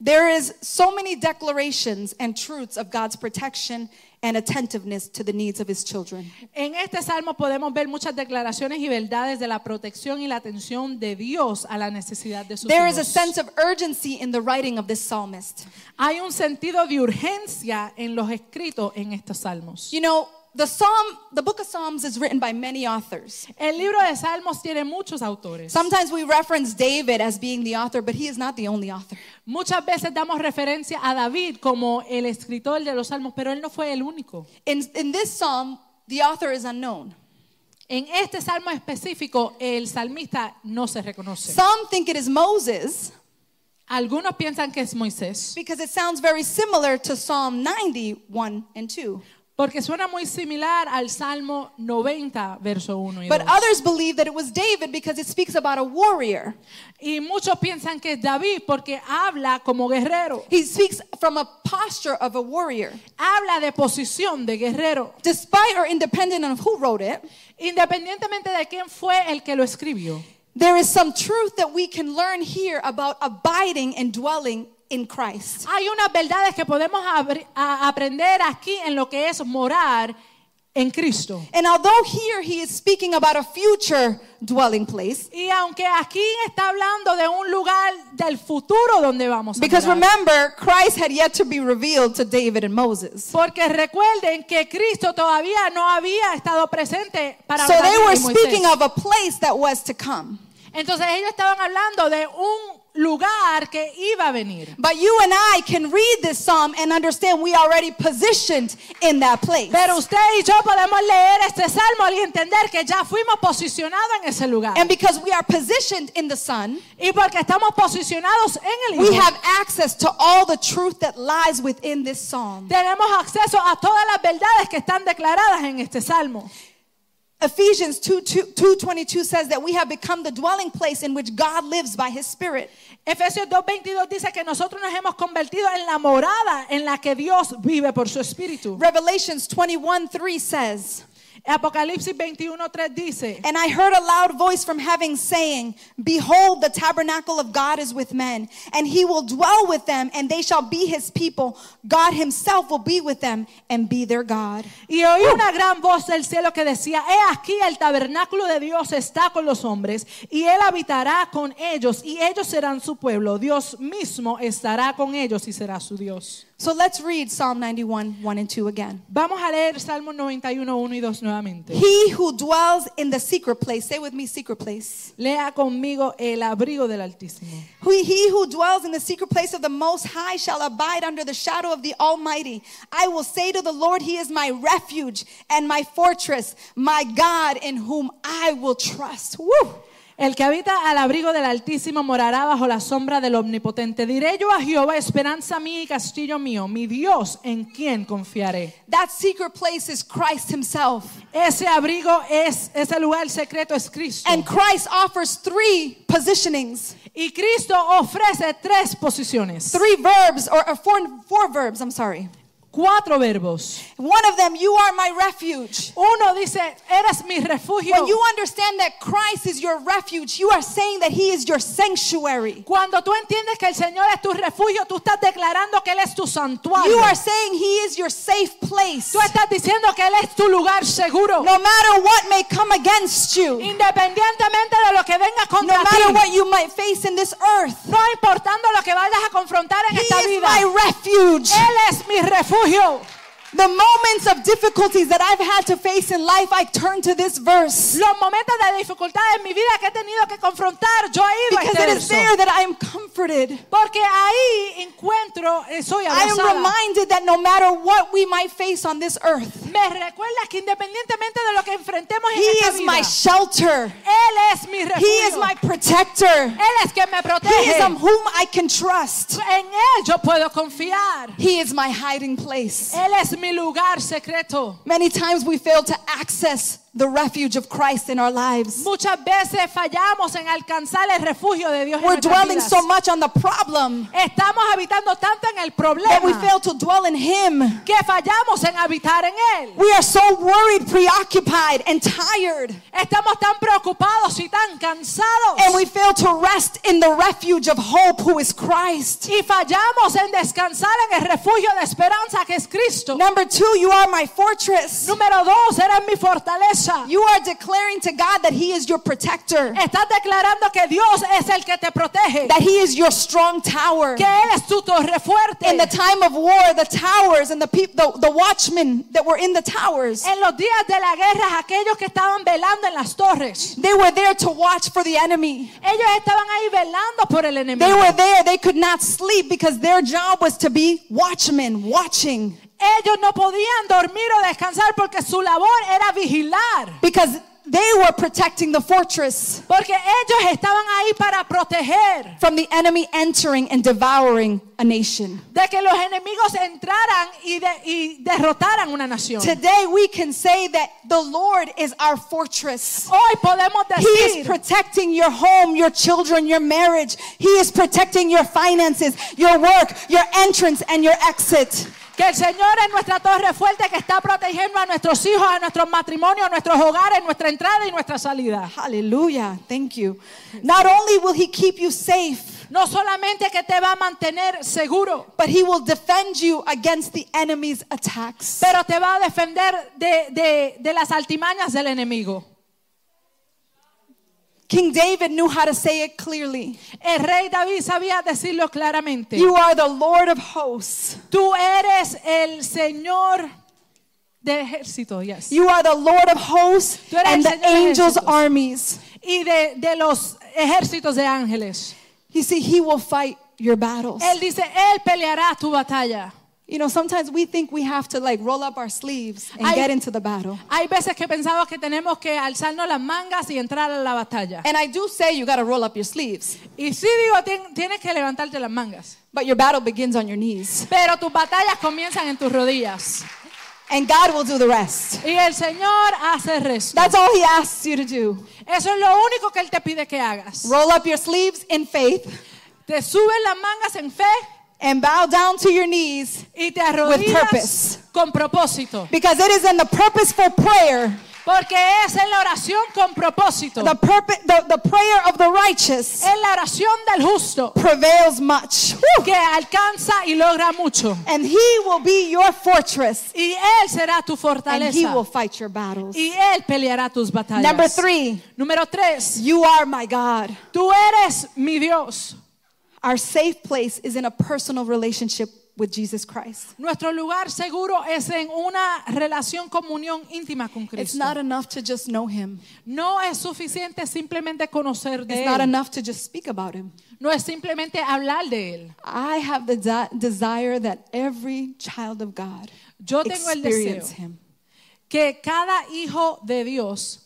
Speaker 1: there is so many declarations and truths of God's protection and attentiveness to the needs of his children.
Speaker 2: En este salmo podemos ver muchas declaraciones y verdades de la protección y la atención de Dios a la necesidad de sus
Speaker 1: There is a
Speaker 2: hijos.
Speaker 1: sense of urgency in the writing of this psalmist.
Speaker 2: Hay un sentido de urgencia en los escritos en estos salmos.
Speaker 1: You know, the psalm, the book of Psalms is written by many authors.
Speaker 2: El libro de Salmos tiene muchos autores.
Speaker 1: Sometimes we reference David as being the author, but he is not the only author.
Speaker 2: Muchas veces damos referencia a David como el escritor de los salmos, pero él no fue el único.
Speaker 1: In, in this psalm, the author is unknown.
Speaker 2: En este salmo específico, el salmista no se reconoce.
Speaker 1: Some think it is Moses
Speaker 2: Algunos piensan que es Moisés,
Speaker 1: because it sounds very similar to Psalm 91 and 2.
Speaker 2: porque suena muy similar al Salmo 90, verso 1 y 2.
Speaker 1: But others believe that it was David because it speaks about a warrior.
Speaker 2: Y muchos piensan que es David porque habla como guerrero,
Speaker 1: He speaks from a posture of a warrior.
Speaker 2: habla de posición de guerrero,
Speaker 1: Despite or independent of who wrote it,
Speaker 2: independientemente de quién fue el que lo escribió.
Speaker 1: there is some truth that we can learn here about abiding and dwelling in Christ.
Speaker 2: Hay unas verdades que podemos abri- a- aprender aquí en lo que es morar en Cristo.
Speaker 1: And although here he is speaking about a future dwelling place,
Speaker 2: Y aunque aquí está hablando de un lugar del futuro donde vamos a
Speaker 1: because
Speaker 2: morar.
Speaker 1: remember, Christ had yet to be revealed to David and Moses.
Speaker 2: porque recuerden que Cristo todavía no había estado presente para
Speaker 1: So they
Speaker 2: David y
Speaker 1: were
Speaker 2: Moisés.
Speaker 1: speaking of a place that was to come.
Speaker 2: Entonces ellos estaban hablando de un lugar que iba a venir.
Speaker 1: But you and I can read this psalm and understand we already positioned in that place.
Speaker 2: Pero usted y yo podemos leer este salmo y entender que ya fuimos posicionados en ese lugar.
Speaker 1: And because we are positioned in the Son,
Speaker 2: Em, y porque estamos posicionados en el
Speaker 1: we
Speaker 2: Hijo,
Speaker 1: have access to all the truth that lies within this psalm.
Speaker 2: tenemos acceso a todas las verdades que están declaradas en este salmo.
Speaker 1: Ephesians 2 2:22 says that we have become the dwelling place in which God lives by his spirit.
Speaker 2: Efesios 2:22 dice que nosotros nos hemos convertido en la morada en la que Dios vive por su espíritu.
Speaker 1: Revelations 21:3 says,
Speaker 2: Apocalipsis 21:3 dice,
Speaker 1: And I heard a loud voice from heaven saying, Behold, the tabernacle of God is with men, and he will dwell with them, and they shall be his people. God himself will be with them and be their God.
Speaker 2: y oí una gran voz del cielo que decía, he aquí el tabernáculo de Dios está con los hombres y él habitará con ellos y ellos serán su pueblo. Dios mismo estará con ellos y será su Dios.
Speaker 1: So let's read Psalm 91, 1 and 2 again.
Speaker 2: Vamos a leer Salmo 91, 1 y 2 nuevamente.
Speaker 1: He who dwells in the secret place, say with me, secret place.
Speaker 2: Lea conmigo el abrigo del Altísimo.
Speaker 1: Who- He who dwells in the secret place of the Most High shall abide under the shadow of the Almighty. I will say to the Lord, He is my refuge and my fortress, my God in whom I will trust. Woo!
Speaker 2: El que habita al abrigo del Altísimo morará bajo la sombra del Omnipotente. Diré yo a Jehová, esperanza mía y castillo mío, mi Dios en quien confiaré.
Speaker 1: That secret place is Christ Himself.
Speaker 2: Ese abrigo es, ese lugar secreto es Cristo.
Speaker 1: And Christ offers three positionings,
Speaker 2: y Cristo ofrece tres posiciones,
Speaker 1: three verbs, or, or four, four verbs, I'm sorry.
Speaker 2: cuatro verbos.
Speaker 1: One of them, you are my refuge.
Speaker 2: Uno dice, eres mi refugio.
Speaker 1: When you understand that Christ is your refuge, you are saying that He is your sanctuary.
Speaker 2: Cuando tú entiendes que el Señor es tu refugio, tú estás declarando que Él es tu santuario.
Speaker 1: You are saying He is your safe place.
Speaker 2: Tú estás diciendo que Él es tu lugar seguro.
Speaker 1: No matter what may come against you,
Speaker 2: Independientemente de lo que venga
Speaker 1: no
Speaker 2: contra
Speaker 1: matter
Speaker 2: ti.
Speaker 1: what you might face in this earth,
Speaker 2: No importando lo que vayas a confrontar en
Speaker 1: He
Speaker 2: esta
Speaker 1: is
Speaker 2: vida.
Speaker 1: my refuge.
Speaker 2: Él es mi refugio.
Speaker 1: The moments of difficulties that I've had to face in life, I turn to this verse
Speaker 2: Los momentos de dificultad en mi vida que he tenido que confrontar, yo he ido a
Speaker 1: because
Speaker 2: este
Speaker 1: it is
Speaker 2: verso.
Speaker 1: there that I am comforted.
Speaker 2: Porque ahí encuentro, eh, soy
Speaker 1: I am
Speaker 2: abrazada.
Speaker 1: reminded that no matter what we might face on this earth,
Speaker 2: Me recuerda que independientemente de lo que enfrentemos
Speaker 1: He
Speaker 2: en esta
Speaker 1: is
Speaker 2: vida,
Speaker 1: my shelter.
Speaker 2: Él es mi refugio.
Speaker 1: He is my protector.
Speaker 2: Él es quien me
Speaker 1: He is
Speaker 2: protege.
Speaker 1: on whom I can trust.
Speaker 2: En Él yo puedo confiar.
Speaker 1: He is my hiding place.
Speaker 2: Él es mi lugar secreto.
Speaker 1: Many times we fail to access the refuge of Christ in our lives.
Speaker 2: Muchas veces fallamos en alcanzar el refugio de Dios en
Speaker 1: We're
Speaker 2: nuestras
Speaker 1: dwelling
Speaker 2: vidas.
Speaker 1: so much on the problem
Speaker 2: Estamos habitando tanto en el
Speaker 1: that we
Speaker 2: problema
Speaker 1: fail to dwell in Him.
Speaker 2: que fallamos en habitar en Él.
Speaker 1: We are so worried, preoccupied, and tired,
Speaker 2: Estamos tan preocupados y tan cansados.
Speaker 1: and we fail to rest in the refuge of hope who is Christ.
Speaker 2: Y fallamos en descansar en el refugio de esperanza que es Cristo.
Speaker 1: Number two, you are my fortress.
Speaker 2: Número dos, eres mi fortaleza.
Speaker 1: You are declaring to God that He is your protector,
Speaker 2: Estás declarando que Dios es el que te protege,
Speaker 1: that He is your strong tower.
Speaker 2: que Él es tu torre fuerte.
Speaker 1: In the time of war, the towers and the, peop- the, the watchmen that were in the towers,
Speaker 2: En los días de la guerra, aquellos que estaban velando en las torres,
Speaker 1: they were there to watch for the enemy.
Speaker 2: ellos estaban ahí velando por el
Speaker 1: They
Speaker 2: enemigo.
Speaker 1: were there, they could not sleep because their job was to be watchmen, watching.
Speaker 2: Ellos no podían dormir o descansar porque su labor era vigilar.
Speaker 1: Because they were protecting the fortress
Speaker 2: Porque ellos estaban ahí para proteger
Speaker 1: from the enemy entering and devouring a nation.
Speaker 2: de que los enemigos entraran y, de- y derrotaran una nación.
Speaker 1: Today we can say that the Lord is our fortress.
Speaker 2: Hoy podemos
Speaker 1: He is
Speaker 2: decir
Speaker 1: protecting your home, your children, your marriage. He is protecting your finances, your work, your entrance, and your exit.
Speaker 2: que el Señor es nuestra torre fuerte que está protegiendo a nuestros hijos, a nuestros matrimonios, a nuestros hogares, nuestra entrada y nuestra salida.
Speaker 1: Hallelujah. Thank you. Not only will He keep you safe,
Speaker 2: No solamente que te va a mantener seguro,
Speaker 1: but He will defend you against the enemy's attacks.
Speaker 2: pero te va a defender de, de- de las altimañas del enemigo.
Speaker 1: King David knew how to say it clearly.
Speaker 2: El rey David sabía decirlo claramente.
Speaker 1: You are the Lord of hosts.
Speaker 2: Tú eres el Señor de ejército, yes.
Speaker 1: You are the Lord of hosts
Speaker 2: Tú
Speaker 1: and
Speaker 2: eres
Speaker 1: the
Speaker 2: el Señor de
Speaker 1: angels'
Speaker 2: ejércitos.
Speaker 1: armies.
Speaker 2: y de, de los ejércitos de ángeles.
Speaker 1: You see, He will fight your battles.
Speaker 2: Él dice, Él peleará tu batalla.
Speaker 1: You know, sometimes we think we have to like roll up our sleeves and
Speaker 2: I-
Speaker 1: get into the battle.
Speaker 2: Hay veces que pensamos que tenemos que alzarnos las mangas y entrar a la batalla.
Speaker 1: And I do say you got to roll up your sleeves,
Speaker 2: Y sí digo, tien- tienes que levantarte las mangas.
Speaker 1: but your battle begins on your knees.
Speaker 2: Pero tus batallas comienzan en tus rodillas.
Speaker 1: And God will do the rest.
Speaker 2: Y el Señor hace el resto.
Speaker 1: That's all He asks you to do.
Speaker 2: Eso es lo único que Él te pide que hagas.
Speaker 1: Roll up your sleeves in faith
Speaker 2: Te subes las mangas en fe
Speaker 1: and bow down to your knees
Speaker 2: y
Speaker 1: purpose.
Speaker 2: te arrodillas con propósito.
Speaker 1: because it is in the purposeful prayer,
Speaker 2: Porque es en la oración con propósito.
Speaker 1: the, purpo- the, the prayer of the righteous
Speaker 2: Es la oración del justo
Speaker 1: prevails much. Woo!
Speaker 2: que alcanza y logra mucho.
Speaker 1: And He will be your fortress
Speaker 2: Y Él será tu
Speaker 1: and He
Speaker 2: fortaleza.
Speaker 1: will fight your battles.
Speaker 2: Y Él peleará tus batallas.
Speaker 1: Number three,
Speaker 2: Número tres.
Speaker 1: you are my God.
Speaker 2: Tú eres mi Dios.
Speaker 1: Our safe place is in a personal relationship with Jesus Christ.
Speaker 2: Nuestro lugar seguro es en una relación, comunión íntima con
Speaker 1: It's
Speaker 2: Cristo.
Speaker 1: not enough to just know Him.
Speaker 2: No es suficiente simplemente conocer de
Speaker 1: It's not
Speaker 2: Él.
Speaker 1: enough to just speak about Him.
Speaker 2: No es simplemente hablar de Él.
Speaker 1: I have the de- desire that every child of God
Speaker 2: Yo tengo el
Speaker 1: experience
Speaker 2: deseo
Speaker 1: Him.
Speaker 2: que cada hijo de Dios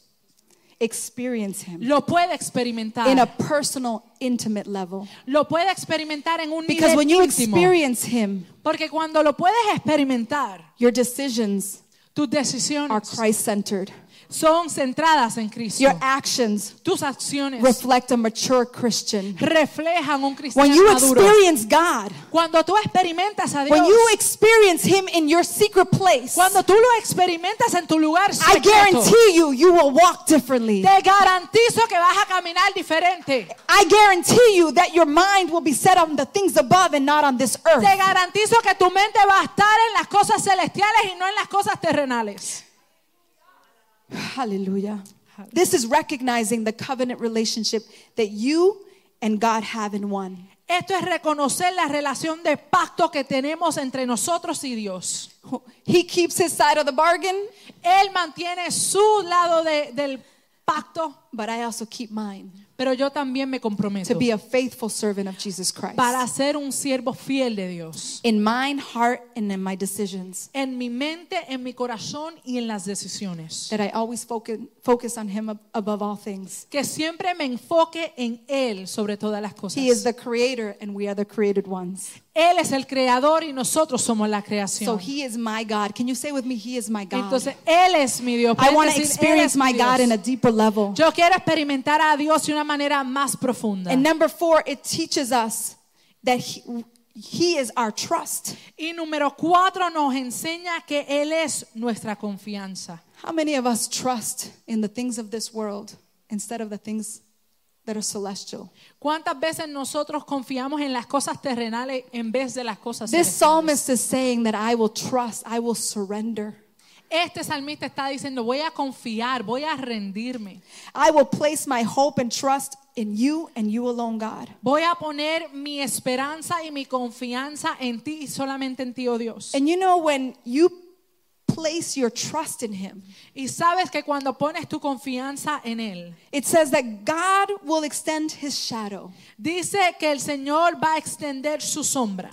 Speaker 1: Experience Him
Speaker 2: lo pueda
Speaker 1: in a
Speaker 2: experimentar.
Speaker 1: personal, intimate level.
Speaker 2: Lo pueda experimentar en un
Speaker 1: Because when
Speaker 2: nivel
Speaker 1: you
Speaker 2: íntimo.
Speaker 1: experience Him,
Speaker 2: Porque cuando lo puedes experimentar,
Speaker 1: your decisions
Speaker 2: tus
Speaker 1: are
Speaker 2: decisiones
Speaker 1: Christ centered.
Speaker 2: son centradas en Cristo.
Speaker 1: Your actions
Speaker 2: Tus acciones
Speaker 1: reflect a mature Christian.
Speaker 2: reflejan un
Speaker 1: When
Speaker 2: cristiano
Speaker 1: you
Speaker 2: maduro.
Speaker 1: experience God,
Speaker 2: Cuando tú experimentas a Dios,
Speaker 1: when you experience Him in your secret place,
Speaker 2: cuando tú lo experimentas en tu lugar
Speaker 1: I
Speaker 2: secreto,
Speaker 1: guarantee you, you will walk differently.
Speaker 2: te garantizo que vas a caminar diferente.
Speaker 1: I guarantee you that your mind will be set on the things above and not on this earth.
Speaker 2: Te garantizo que tu mente va a estar en las cosas celestiales y no en las cosas terrenales.
Speaker 1: Hallelujah. This is recognizing the covenant relationship that you and God have in one.
Speaker 2: Esto es reconocer la relación de pacto que tenemos entre nosotros y Dios.
Speaker 1: He keeps his side of the bargain,
Speaker 2: Él mantiene su lado de- del pacto,
Speaker 1: but I also keep mine
Speaker 2: pero yo también me
Speaker 1: to
Speaker 2: comprometo
Speaker 1: be a faithful servant of Jesus Christ
Speaker 2: para ser un siervo fiel de Dios.
Speaker 1: in mine heart and in my decisions.
Speaker 2: En mi mente, en mi corazón y en las decisiones.
Speaker 1: That I always focus, focus on him ab- above all things.
Speaker 2: Que siempre me enfoque en Él sobre todas las cosas.
Speaker 1: He is the creator, and we are the created ones.
Speaker 2: Él es el creador y nosotros somos la
Speaker 1: So
Speaker 2: creación.
Speaker 1: he is my God. Can you say with me, He is my God?
Speaker 2: Entonces, Él es mi Dios.
Speaker 1: I
Speaker 2: Pueden
Speaker 1: want to
Speaker 2: decir, Él
Speaker 1: experience
Speaker 2: es
Speaker 1: my
Speaker 2: mi
Speaker 1: God
Speaker 2: Dios.
Speaker 1: in a deeper level.
Speaker 2: Yo quiero experimentar a Dios de una manera más profunda.
Speaker 1: And number four, it teaches us that He, he is our trust.
Speaker 2: Y número cuatro nos enseña que Él es nuestra confianza.
Speaker 1: How many of us trust in the things of this world instead of the things that are celestial?
Speaker 2: ¿Cuántas veces nosotros confiamos en las cosas terrenales en vez de las cosas
Speaker 1: This
Speaker 2: celestiales?
Speaker 1: psalmist is saying that I will trust, I will surrender,
Speaker 2: Este salmista está diciendo, voy a confiar, voy a rendirme.
Speaker 1: I will place my hope and trust in you and you alone, God.
Speaker 2: Voy a poner mi esperanza y mi confianza en ti y solamente en ti, oh Dios.
Speaker 1: And you know, when you place your trust in Him,
Speaker 2: Y sabes que cuando pones tu confianza en Él,
Speaker 1: it says that God will extend His shadow.
Speaker 2: Dice que el Señor va a extender su sombra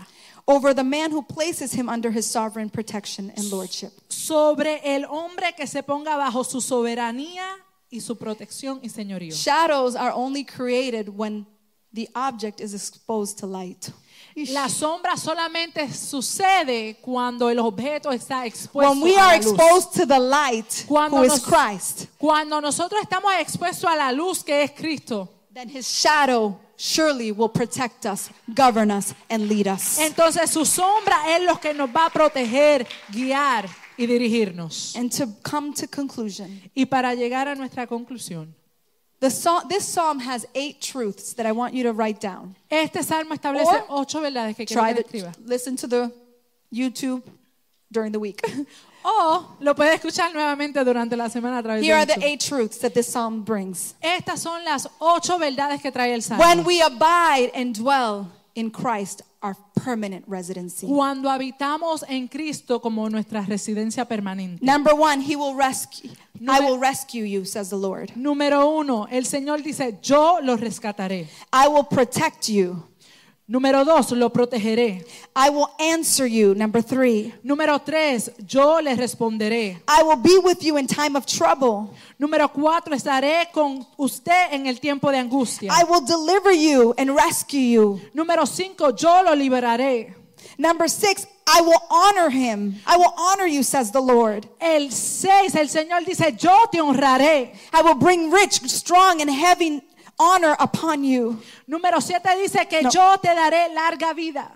Speaker 1: over the man who places him under his sovereign protection and lordship.
Speaker 2: sobre el hombre que se ponga bajo su soberanía y su protección y señorío.
Speaker 1: Shadows are only created when the object is exposed to light.
Speaker 2: La sombra solamente sucede cuando el objeto está expuesto
Speaker 1: When we
Speaker 2: a
Speaker 1: are
Speaker 2: la luz.
Speaker 1: exposed to the light,
Speaker 2: Cuando
Speaker 1: who is
Speaker 2: nos-
Speaker 1: Christ,
Speaker 2: Cuando nosotros estamos expuestos a la luz que es Cristo,
Speaker 1: then his shadow surely will protect us, govern us, and lead us.
Speaker 2: entonces su sombra es lo que nos va a proteger, guiar y dirigirnos.
Speaker 1: And to come to conclusion,
Speaker 2: Y para llegar a nuestra conclusión,
Speaker 1: the psalm, this psalm has eight truths that I want you to write down.
Speaker 2: este salmo establece
Speaker 1: Or-
Speaker 2: ocho verdades que quiero
Speaker 1: Try
Speaker 2: que
Speaker 1: the,
Speaker 2: escriba.
Speaker 1: listen to the YouTube during the week.
Speaker 2: O lo puede escuchar nuevamente durante la semana a través
Speaker 1: Here
Speaker 2: de
Speaker 1: are the
Speaker 2: YouTube.
Speaker 1: eight truths that this psalm brings.
Speaker 2: Estas son las ocho verdades que trae el Salmo.
Speaker 1: When we abide and dwell in Christ, our permanent residency.
Speaker 2: Cuando habitamos en Cristo como nuestra residencia permanente.
Speaker 1: Number one, He will rescue. I
Speaker 2: Numer-
Speaker 1: will rescue you, says the Lord.
Speaker 2: Número uno, el Señor dice, yo los rescataré.
Speaker 1: I will protect you.
Speaker 2: Número dos, lo protegeré.
Speaker 1: I will answer you. Number three,
Speaker 2: Número tres, yo les responderé.
Speaker 1: I will be with you in time of trouble.
Speaker 2: Número cuatro, estaré con usted en el tiempo de angustia.
Speaker 1: I will deliver you and rescue you.
Speaker 2: Número cinco, yo lo liberaré.
Speaker 1: Number six, I will honor him. I will honor you, says the Lord.
Speaker 2: El seis, el Señor dice, yo te honraré.
Speaker 1: I will bring rich, strong, and heavy honor upon you
Speaker 2: Número 7 dice que
Speaker 1: No.
Speaker 2: yo te daré larga vida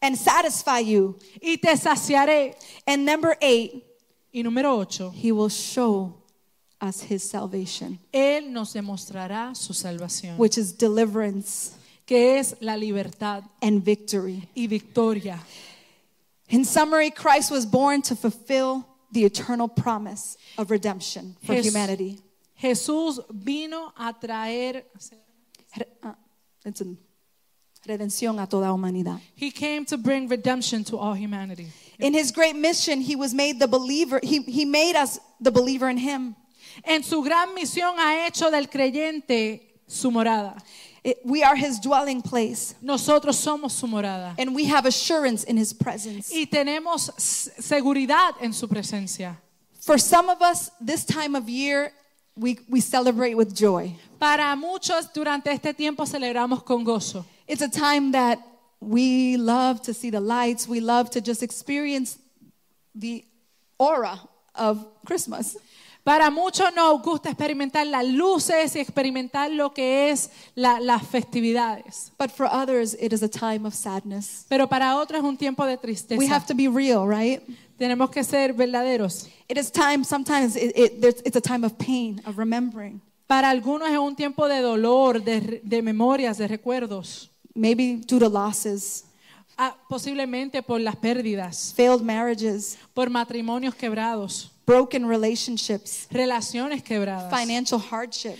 Speaker 1: and satisfy you.
Speaker 2: y te saciaré.
Speaker 1: And number eight,
Speaker 2: Y número 8,
Speaker 1: He will show us his salvation,
Speaker 2: Él nos demostrará su salvación,
Speaker 1: which is deliverance
Speaker 2: que es la libertad
Speaker 1: and victory.
Speaker 2: y victoria.
Speaker 1: In summary, Christ was born to fulfill the eternal promise of redemption for
Speaker 2: Jes-
Speaker 1: humanity.
Speaker 2: Jesús vino a traer,
Speaker 1: Re- ah, it's in- redención a toda humanidad.
Speaker 2: He came to bring redemption to all humanity.
Speaker 1: In his great mission, he was made the believer, he, he made us the believer in him.
Speaker 2: En su gran misión ha hecho del creyente su morada.
Speaker 1: It- we are his dwelling place,
Speaker 2: Nosotros somos su morada
Speaker 1: and we have assurance in his presence.
Speaker 2: y tenemos s- seguridad en su presencia.
Speaker 1: For some of us, this time of year, we, we celebrate with joy.
Speaker 2: Para muchos durante este tiempo celebramos con gozo.
Speaker 1: It's a time that we love to see the lights, we love to just experience the aura of Christmas.
Speaker 2: Para muchos nos gusta experimentar las luces y experimentar lo que es la- las festividades.
Speaker 1: But for others, it is a time of sadness.
Speaker 2: Pero para otros es un tiempo de
Speaker 1: We
Speaker 2: tristeza.
Speaker 1: have to be real, right?
Speaker 2: Tenemos que ser verdaderos.
Speaker 1: It is time, sometimes it, it, there's- it's a time of pain, of remembering.
Speaker 2: Para algunos es un tiempo de dolor, de, re- de memorias, de recuerdos.
Speaker 1: Maybe due to losses,
Speaker 2: Ah, posiblemente por las pérdidas,
Speaker 1: failed marriages,
Speaker 2: por matrimonios quebrados,
Speaker 1: broken relationships,
Speaker 2: relaciones quebradas,
Speaker 1: financial hardship.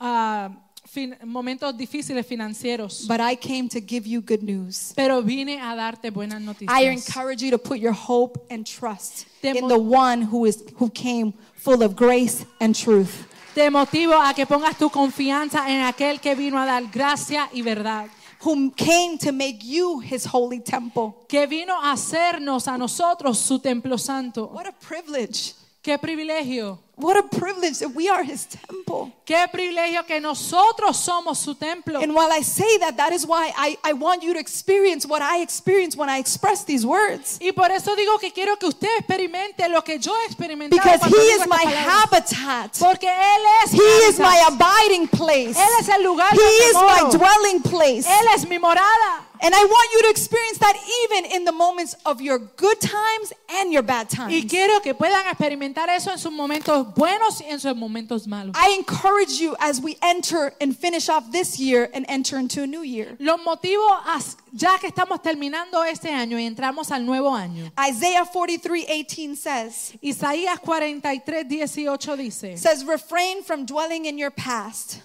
Speaker 2: ah, fin- momentos difíciles financieros.
Speaker 1: But I came to give you good news.
Speaker 2: Pero vine a darte buenas
Speaker 1: I
Speaker 2: noticias.
Speaker 1: encourage you to put your hope and trust
Speaker 2: Te
Speaker 1: in
Speaker 2: mo-
Speaker 1: the one who is who came full of grace and truth.
Speaker 2: Te motivo a que pongas tu confianza en aquel que vino a dar gracia y verdad,
Speaker 1: who came to make you his holy temple.
Speaker 2: que vino a hacernos a nosotros su templo santo.
Speaker 1: What a privilege.
Speaker 2: Qué privilegio,
Speaker 1: What a privilege that we are his temple.
Speaker 2: qué privilegio que nosotros somos su templo.
Speaker 1: And while I say that, that is why I, I want you to experience what I experienced when I expressed these words.
Speaker 2: Y por eso digo que quiero que usted experimente lo que yo he experimentado.
Speaker 1: Because he
Speaker 2: cuando digo
Speaker 1: is
Speaker 2: estas
Speaker 1: my
Speaker 2: palabras.
Speaker 1: habitat.
Speaker 2: Porque Él es
Speaker 1: He
Speaker 2: mi
Speaker 1: is
Speaker 2: hábitat.
Speaker 1: my abiding place.
Speaker 2: Él es el lugar
Speaker 1: He
Speaker 2: donde
Speaker 1: is my
Speaker 2: moro.
Speaker 1: dwelling place.
Speaker 2: Él es mi morada.
Speaker 1: And I want you to experience that even in the moments of your good times and your bad
Speaker 2: Y
Speaker 1: times.
Speaker 2: quiero que puedan experimentar eso en sus momentos buenos y en sus momentos malos.
Speaker 1: I encourage you as we enter and finish off this year and enter into a new year.
Speaker 2: Los motivos, as- ya que estamos terminando este año y entramos al nuevo año.
Speaker 1: Isaiah 43, 18 says,
Speaker 2: Isaías 43, 18 dice,
Speaker 1: says, refrain from dwelling in your past.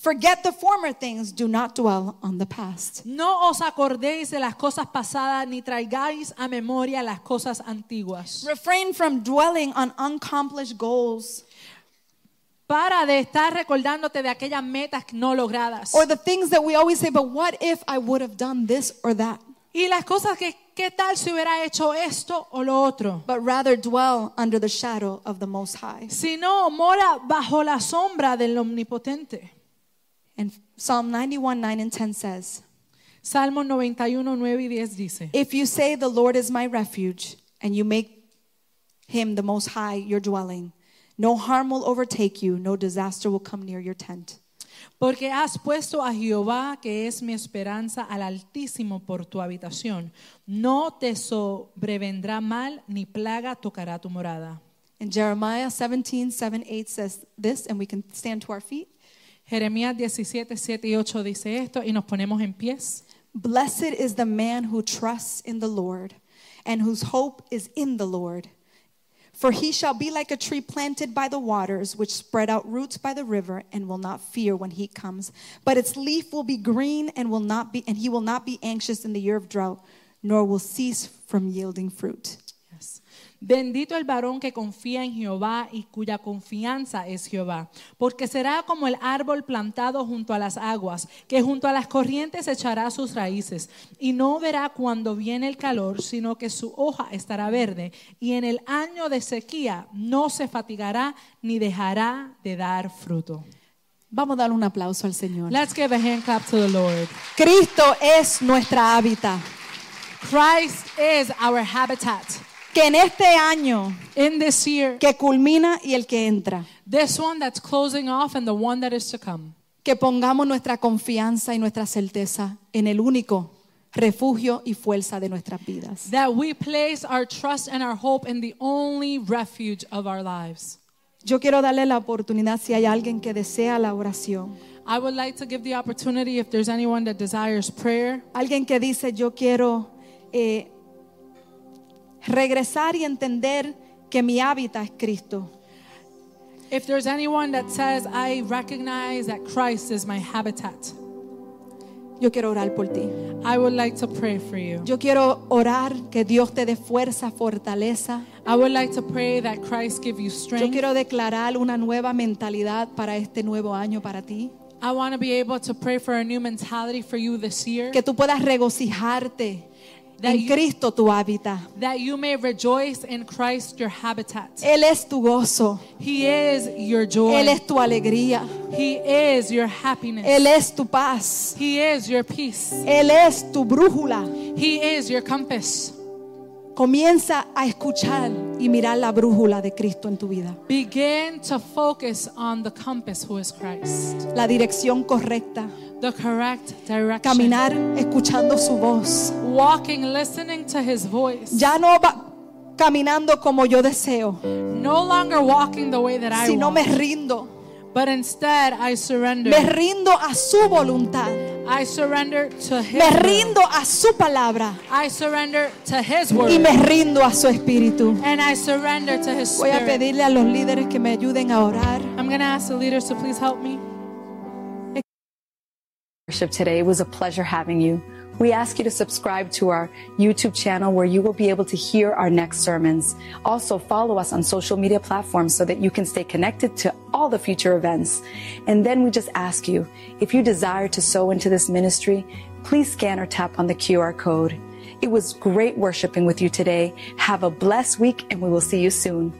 Speaker 1: Forget the former things, do not dwell on the past.
Speaker 2: no os acordéis de las cosas pasadas ni traigáis a memoria las cosas antiguas.
Speaker 1: Refrain from dwelling on unaccomplished goals
Speaker 2: Para de estar recordándote de aquellas metas no logradas.
Speaker 1: or the things that we always say, but what if I would have done this or that?
Speaker 2: Y las cosas que, ¿qué tal si hubiera hecho esto o lo otro?
Speaker 1: But rather dwell under the shadow of the Most High.
Speaker 2: Si no, mora bajo la sombra del Omnipotente.
Speaker 1: And Psalm 91, 9 and 10 says,
Speaker 2: Salmo 91, 9 y 10 dice,
Speaker 1: If you say the Lord is my refuge, and you make him the most high your dwelling, no harm will overtake you, no disaster will come near your tent.
Speaker 2: porque has puesto a Jehová, que es mi esperanza, al Altísimo por tu habitación. No te sobrevendrá mal, ni plaga tocará tu morada.
Speaker 1: And Jeremiah 17, 7, 8 says this, and we can stand to our feet.
Speaker 2: Jeremías 17, 7 y 8 dice esto y nos ponemos en pies.
Speaker 1: Blessed is the man who trusts in the Lord and whose hope is in the Lord. For he shall be like a tree planted by the waters, which spread out roots by the river and will not fear when heat comes. But its leaf will be green and will not be and he will not be anxious in the year of drought, nor will cease from yielding fruit.
Speaker 2: Yes. Bendito el varón que confía en Jehová y cuya confianza es Jehová, porque será como el árbol plantado junto a las aguas, que junto a las corrientes echará sus raíces, y no verá cuando viene el calor, sino que su hoja estará verde, y en el año de sequía no se fatigará ni dejará de dar fruto.
Speaker 1: Vamos a dar un aplauso al Señor.
Speaker 2: Let's give a hand clap to the Lord.
Speaker 1: Cristo es nuestra hábitat.
Speaker 2: Christ is our habitat.
Speaker 1: Que en este año
Speaker 2: In this year,
Speaker 1: que culmina y el que entra,
Speaker 2: this one that's closing off and the one that is to come.
Speaker 1: que pongamos nuestra confianza y nuestra certeza en el único refugio y fuerza de nuestras vidas.
Speaker 2: that we place our trust and our hope in the only refuge of our lives.
Speaker 1: Yo quiero darle la oportunidad si hay alguien que desea la oración,
Speaker 2: I would like to give the opportunity if there's anyone that desires prayer,
Speaker 1: alguien que dice yo quiero eh, regresar y entender que mi hábitat es Cristo,
Speaker 2: if there's anyone that says, I recognize that Christ is my habitat,
Speaker 1: yo quiero orar por ti.
Speaker 2: I would like to pray for you.
Speaker 1: Yo quiero orar que Dios te dé fuerza, fortaleza.
Speaker 2: I would like to pray that Christ give you
Speaker 1: Yo
Speaker 2: strength.
Speaker 1: quiero declarar una nueva mentalidad para este nuevo año para ti.
Speaker 2: I want to be able to pray for a new mentality for you this year,
Speaker 1: Que tú puedas regocijarte
Speaker 2: That
Speaker 1: en
Speaker 2: you-
Speaker 1: Cristo tu hábitat.
Speaker 2: that you may rejoice in Christ your habitat.
Speaker 1: Él es tu gozo,
Speaker 2: He is your
Speaker 1: Él
Speaker 2: joy,
Speaker 1: es tu alegría,
Speaker 2: He is your happiness,
Speaker 1: Él es tu paz,
Speaker 2: He is your peace.
Speaker 1: Él es tu brújula.
Speaker 2: He is your compass.
Speaker 1: Comienza a escuchar, y mirar la brújula de Cristo en tu vida.
Speaker 2: Begin to focus on the compass who is Christ.
Speaker 1: La dirección correcta.
Speaker 2: The correct direction.
Speaker 1: Caminar escuchando su voz.
Speaker 2: Walking, listening to his voice.
Speaker 1: Ya no va caminando como yo deseo,
Speaker 2: No longer walking the way that I
Speaker 1: sino me
Speaker 2: want.
Speaker 1: rindo.
Speaker 2: But instead, I surrender.
Speaker 1: Me rindo a su voluntad.
Speaker 2: I surrender to his
Speaker 1: Me
Speaker 2: word.
Speaker 1: rindo a su palabra
Speaker 2: I surrender to his word.
Speaker 1: y me rindo a su espíritu.
Speaker 2: And I surrender to his
Speaker 1: Voy a
Speaker 2: spirit.
Speaker 1: pedirle a los líderes que me ayuden a orar.
Speaker 2: I'm going to ask the leaders to please help me.
Speaker 3: worship today. It was a pleasure having you. We ask you to subscribe to our YouTube channel where you will be able to hear our next sermons. Also, follow us on social media platforms so that you can stay connected to all the future events. And then we just ask you if you desire to sow into this ministry, please scan or tap on the QR code. It was great worshiping with you today. Have a blessed week, and we will see you soon.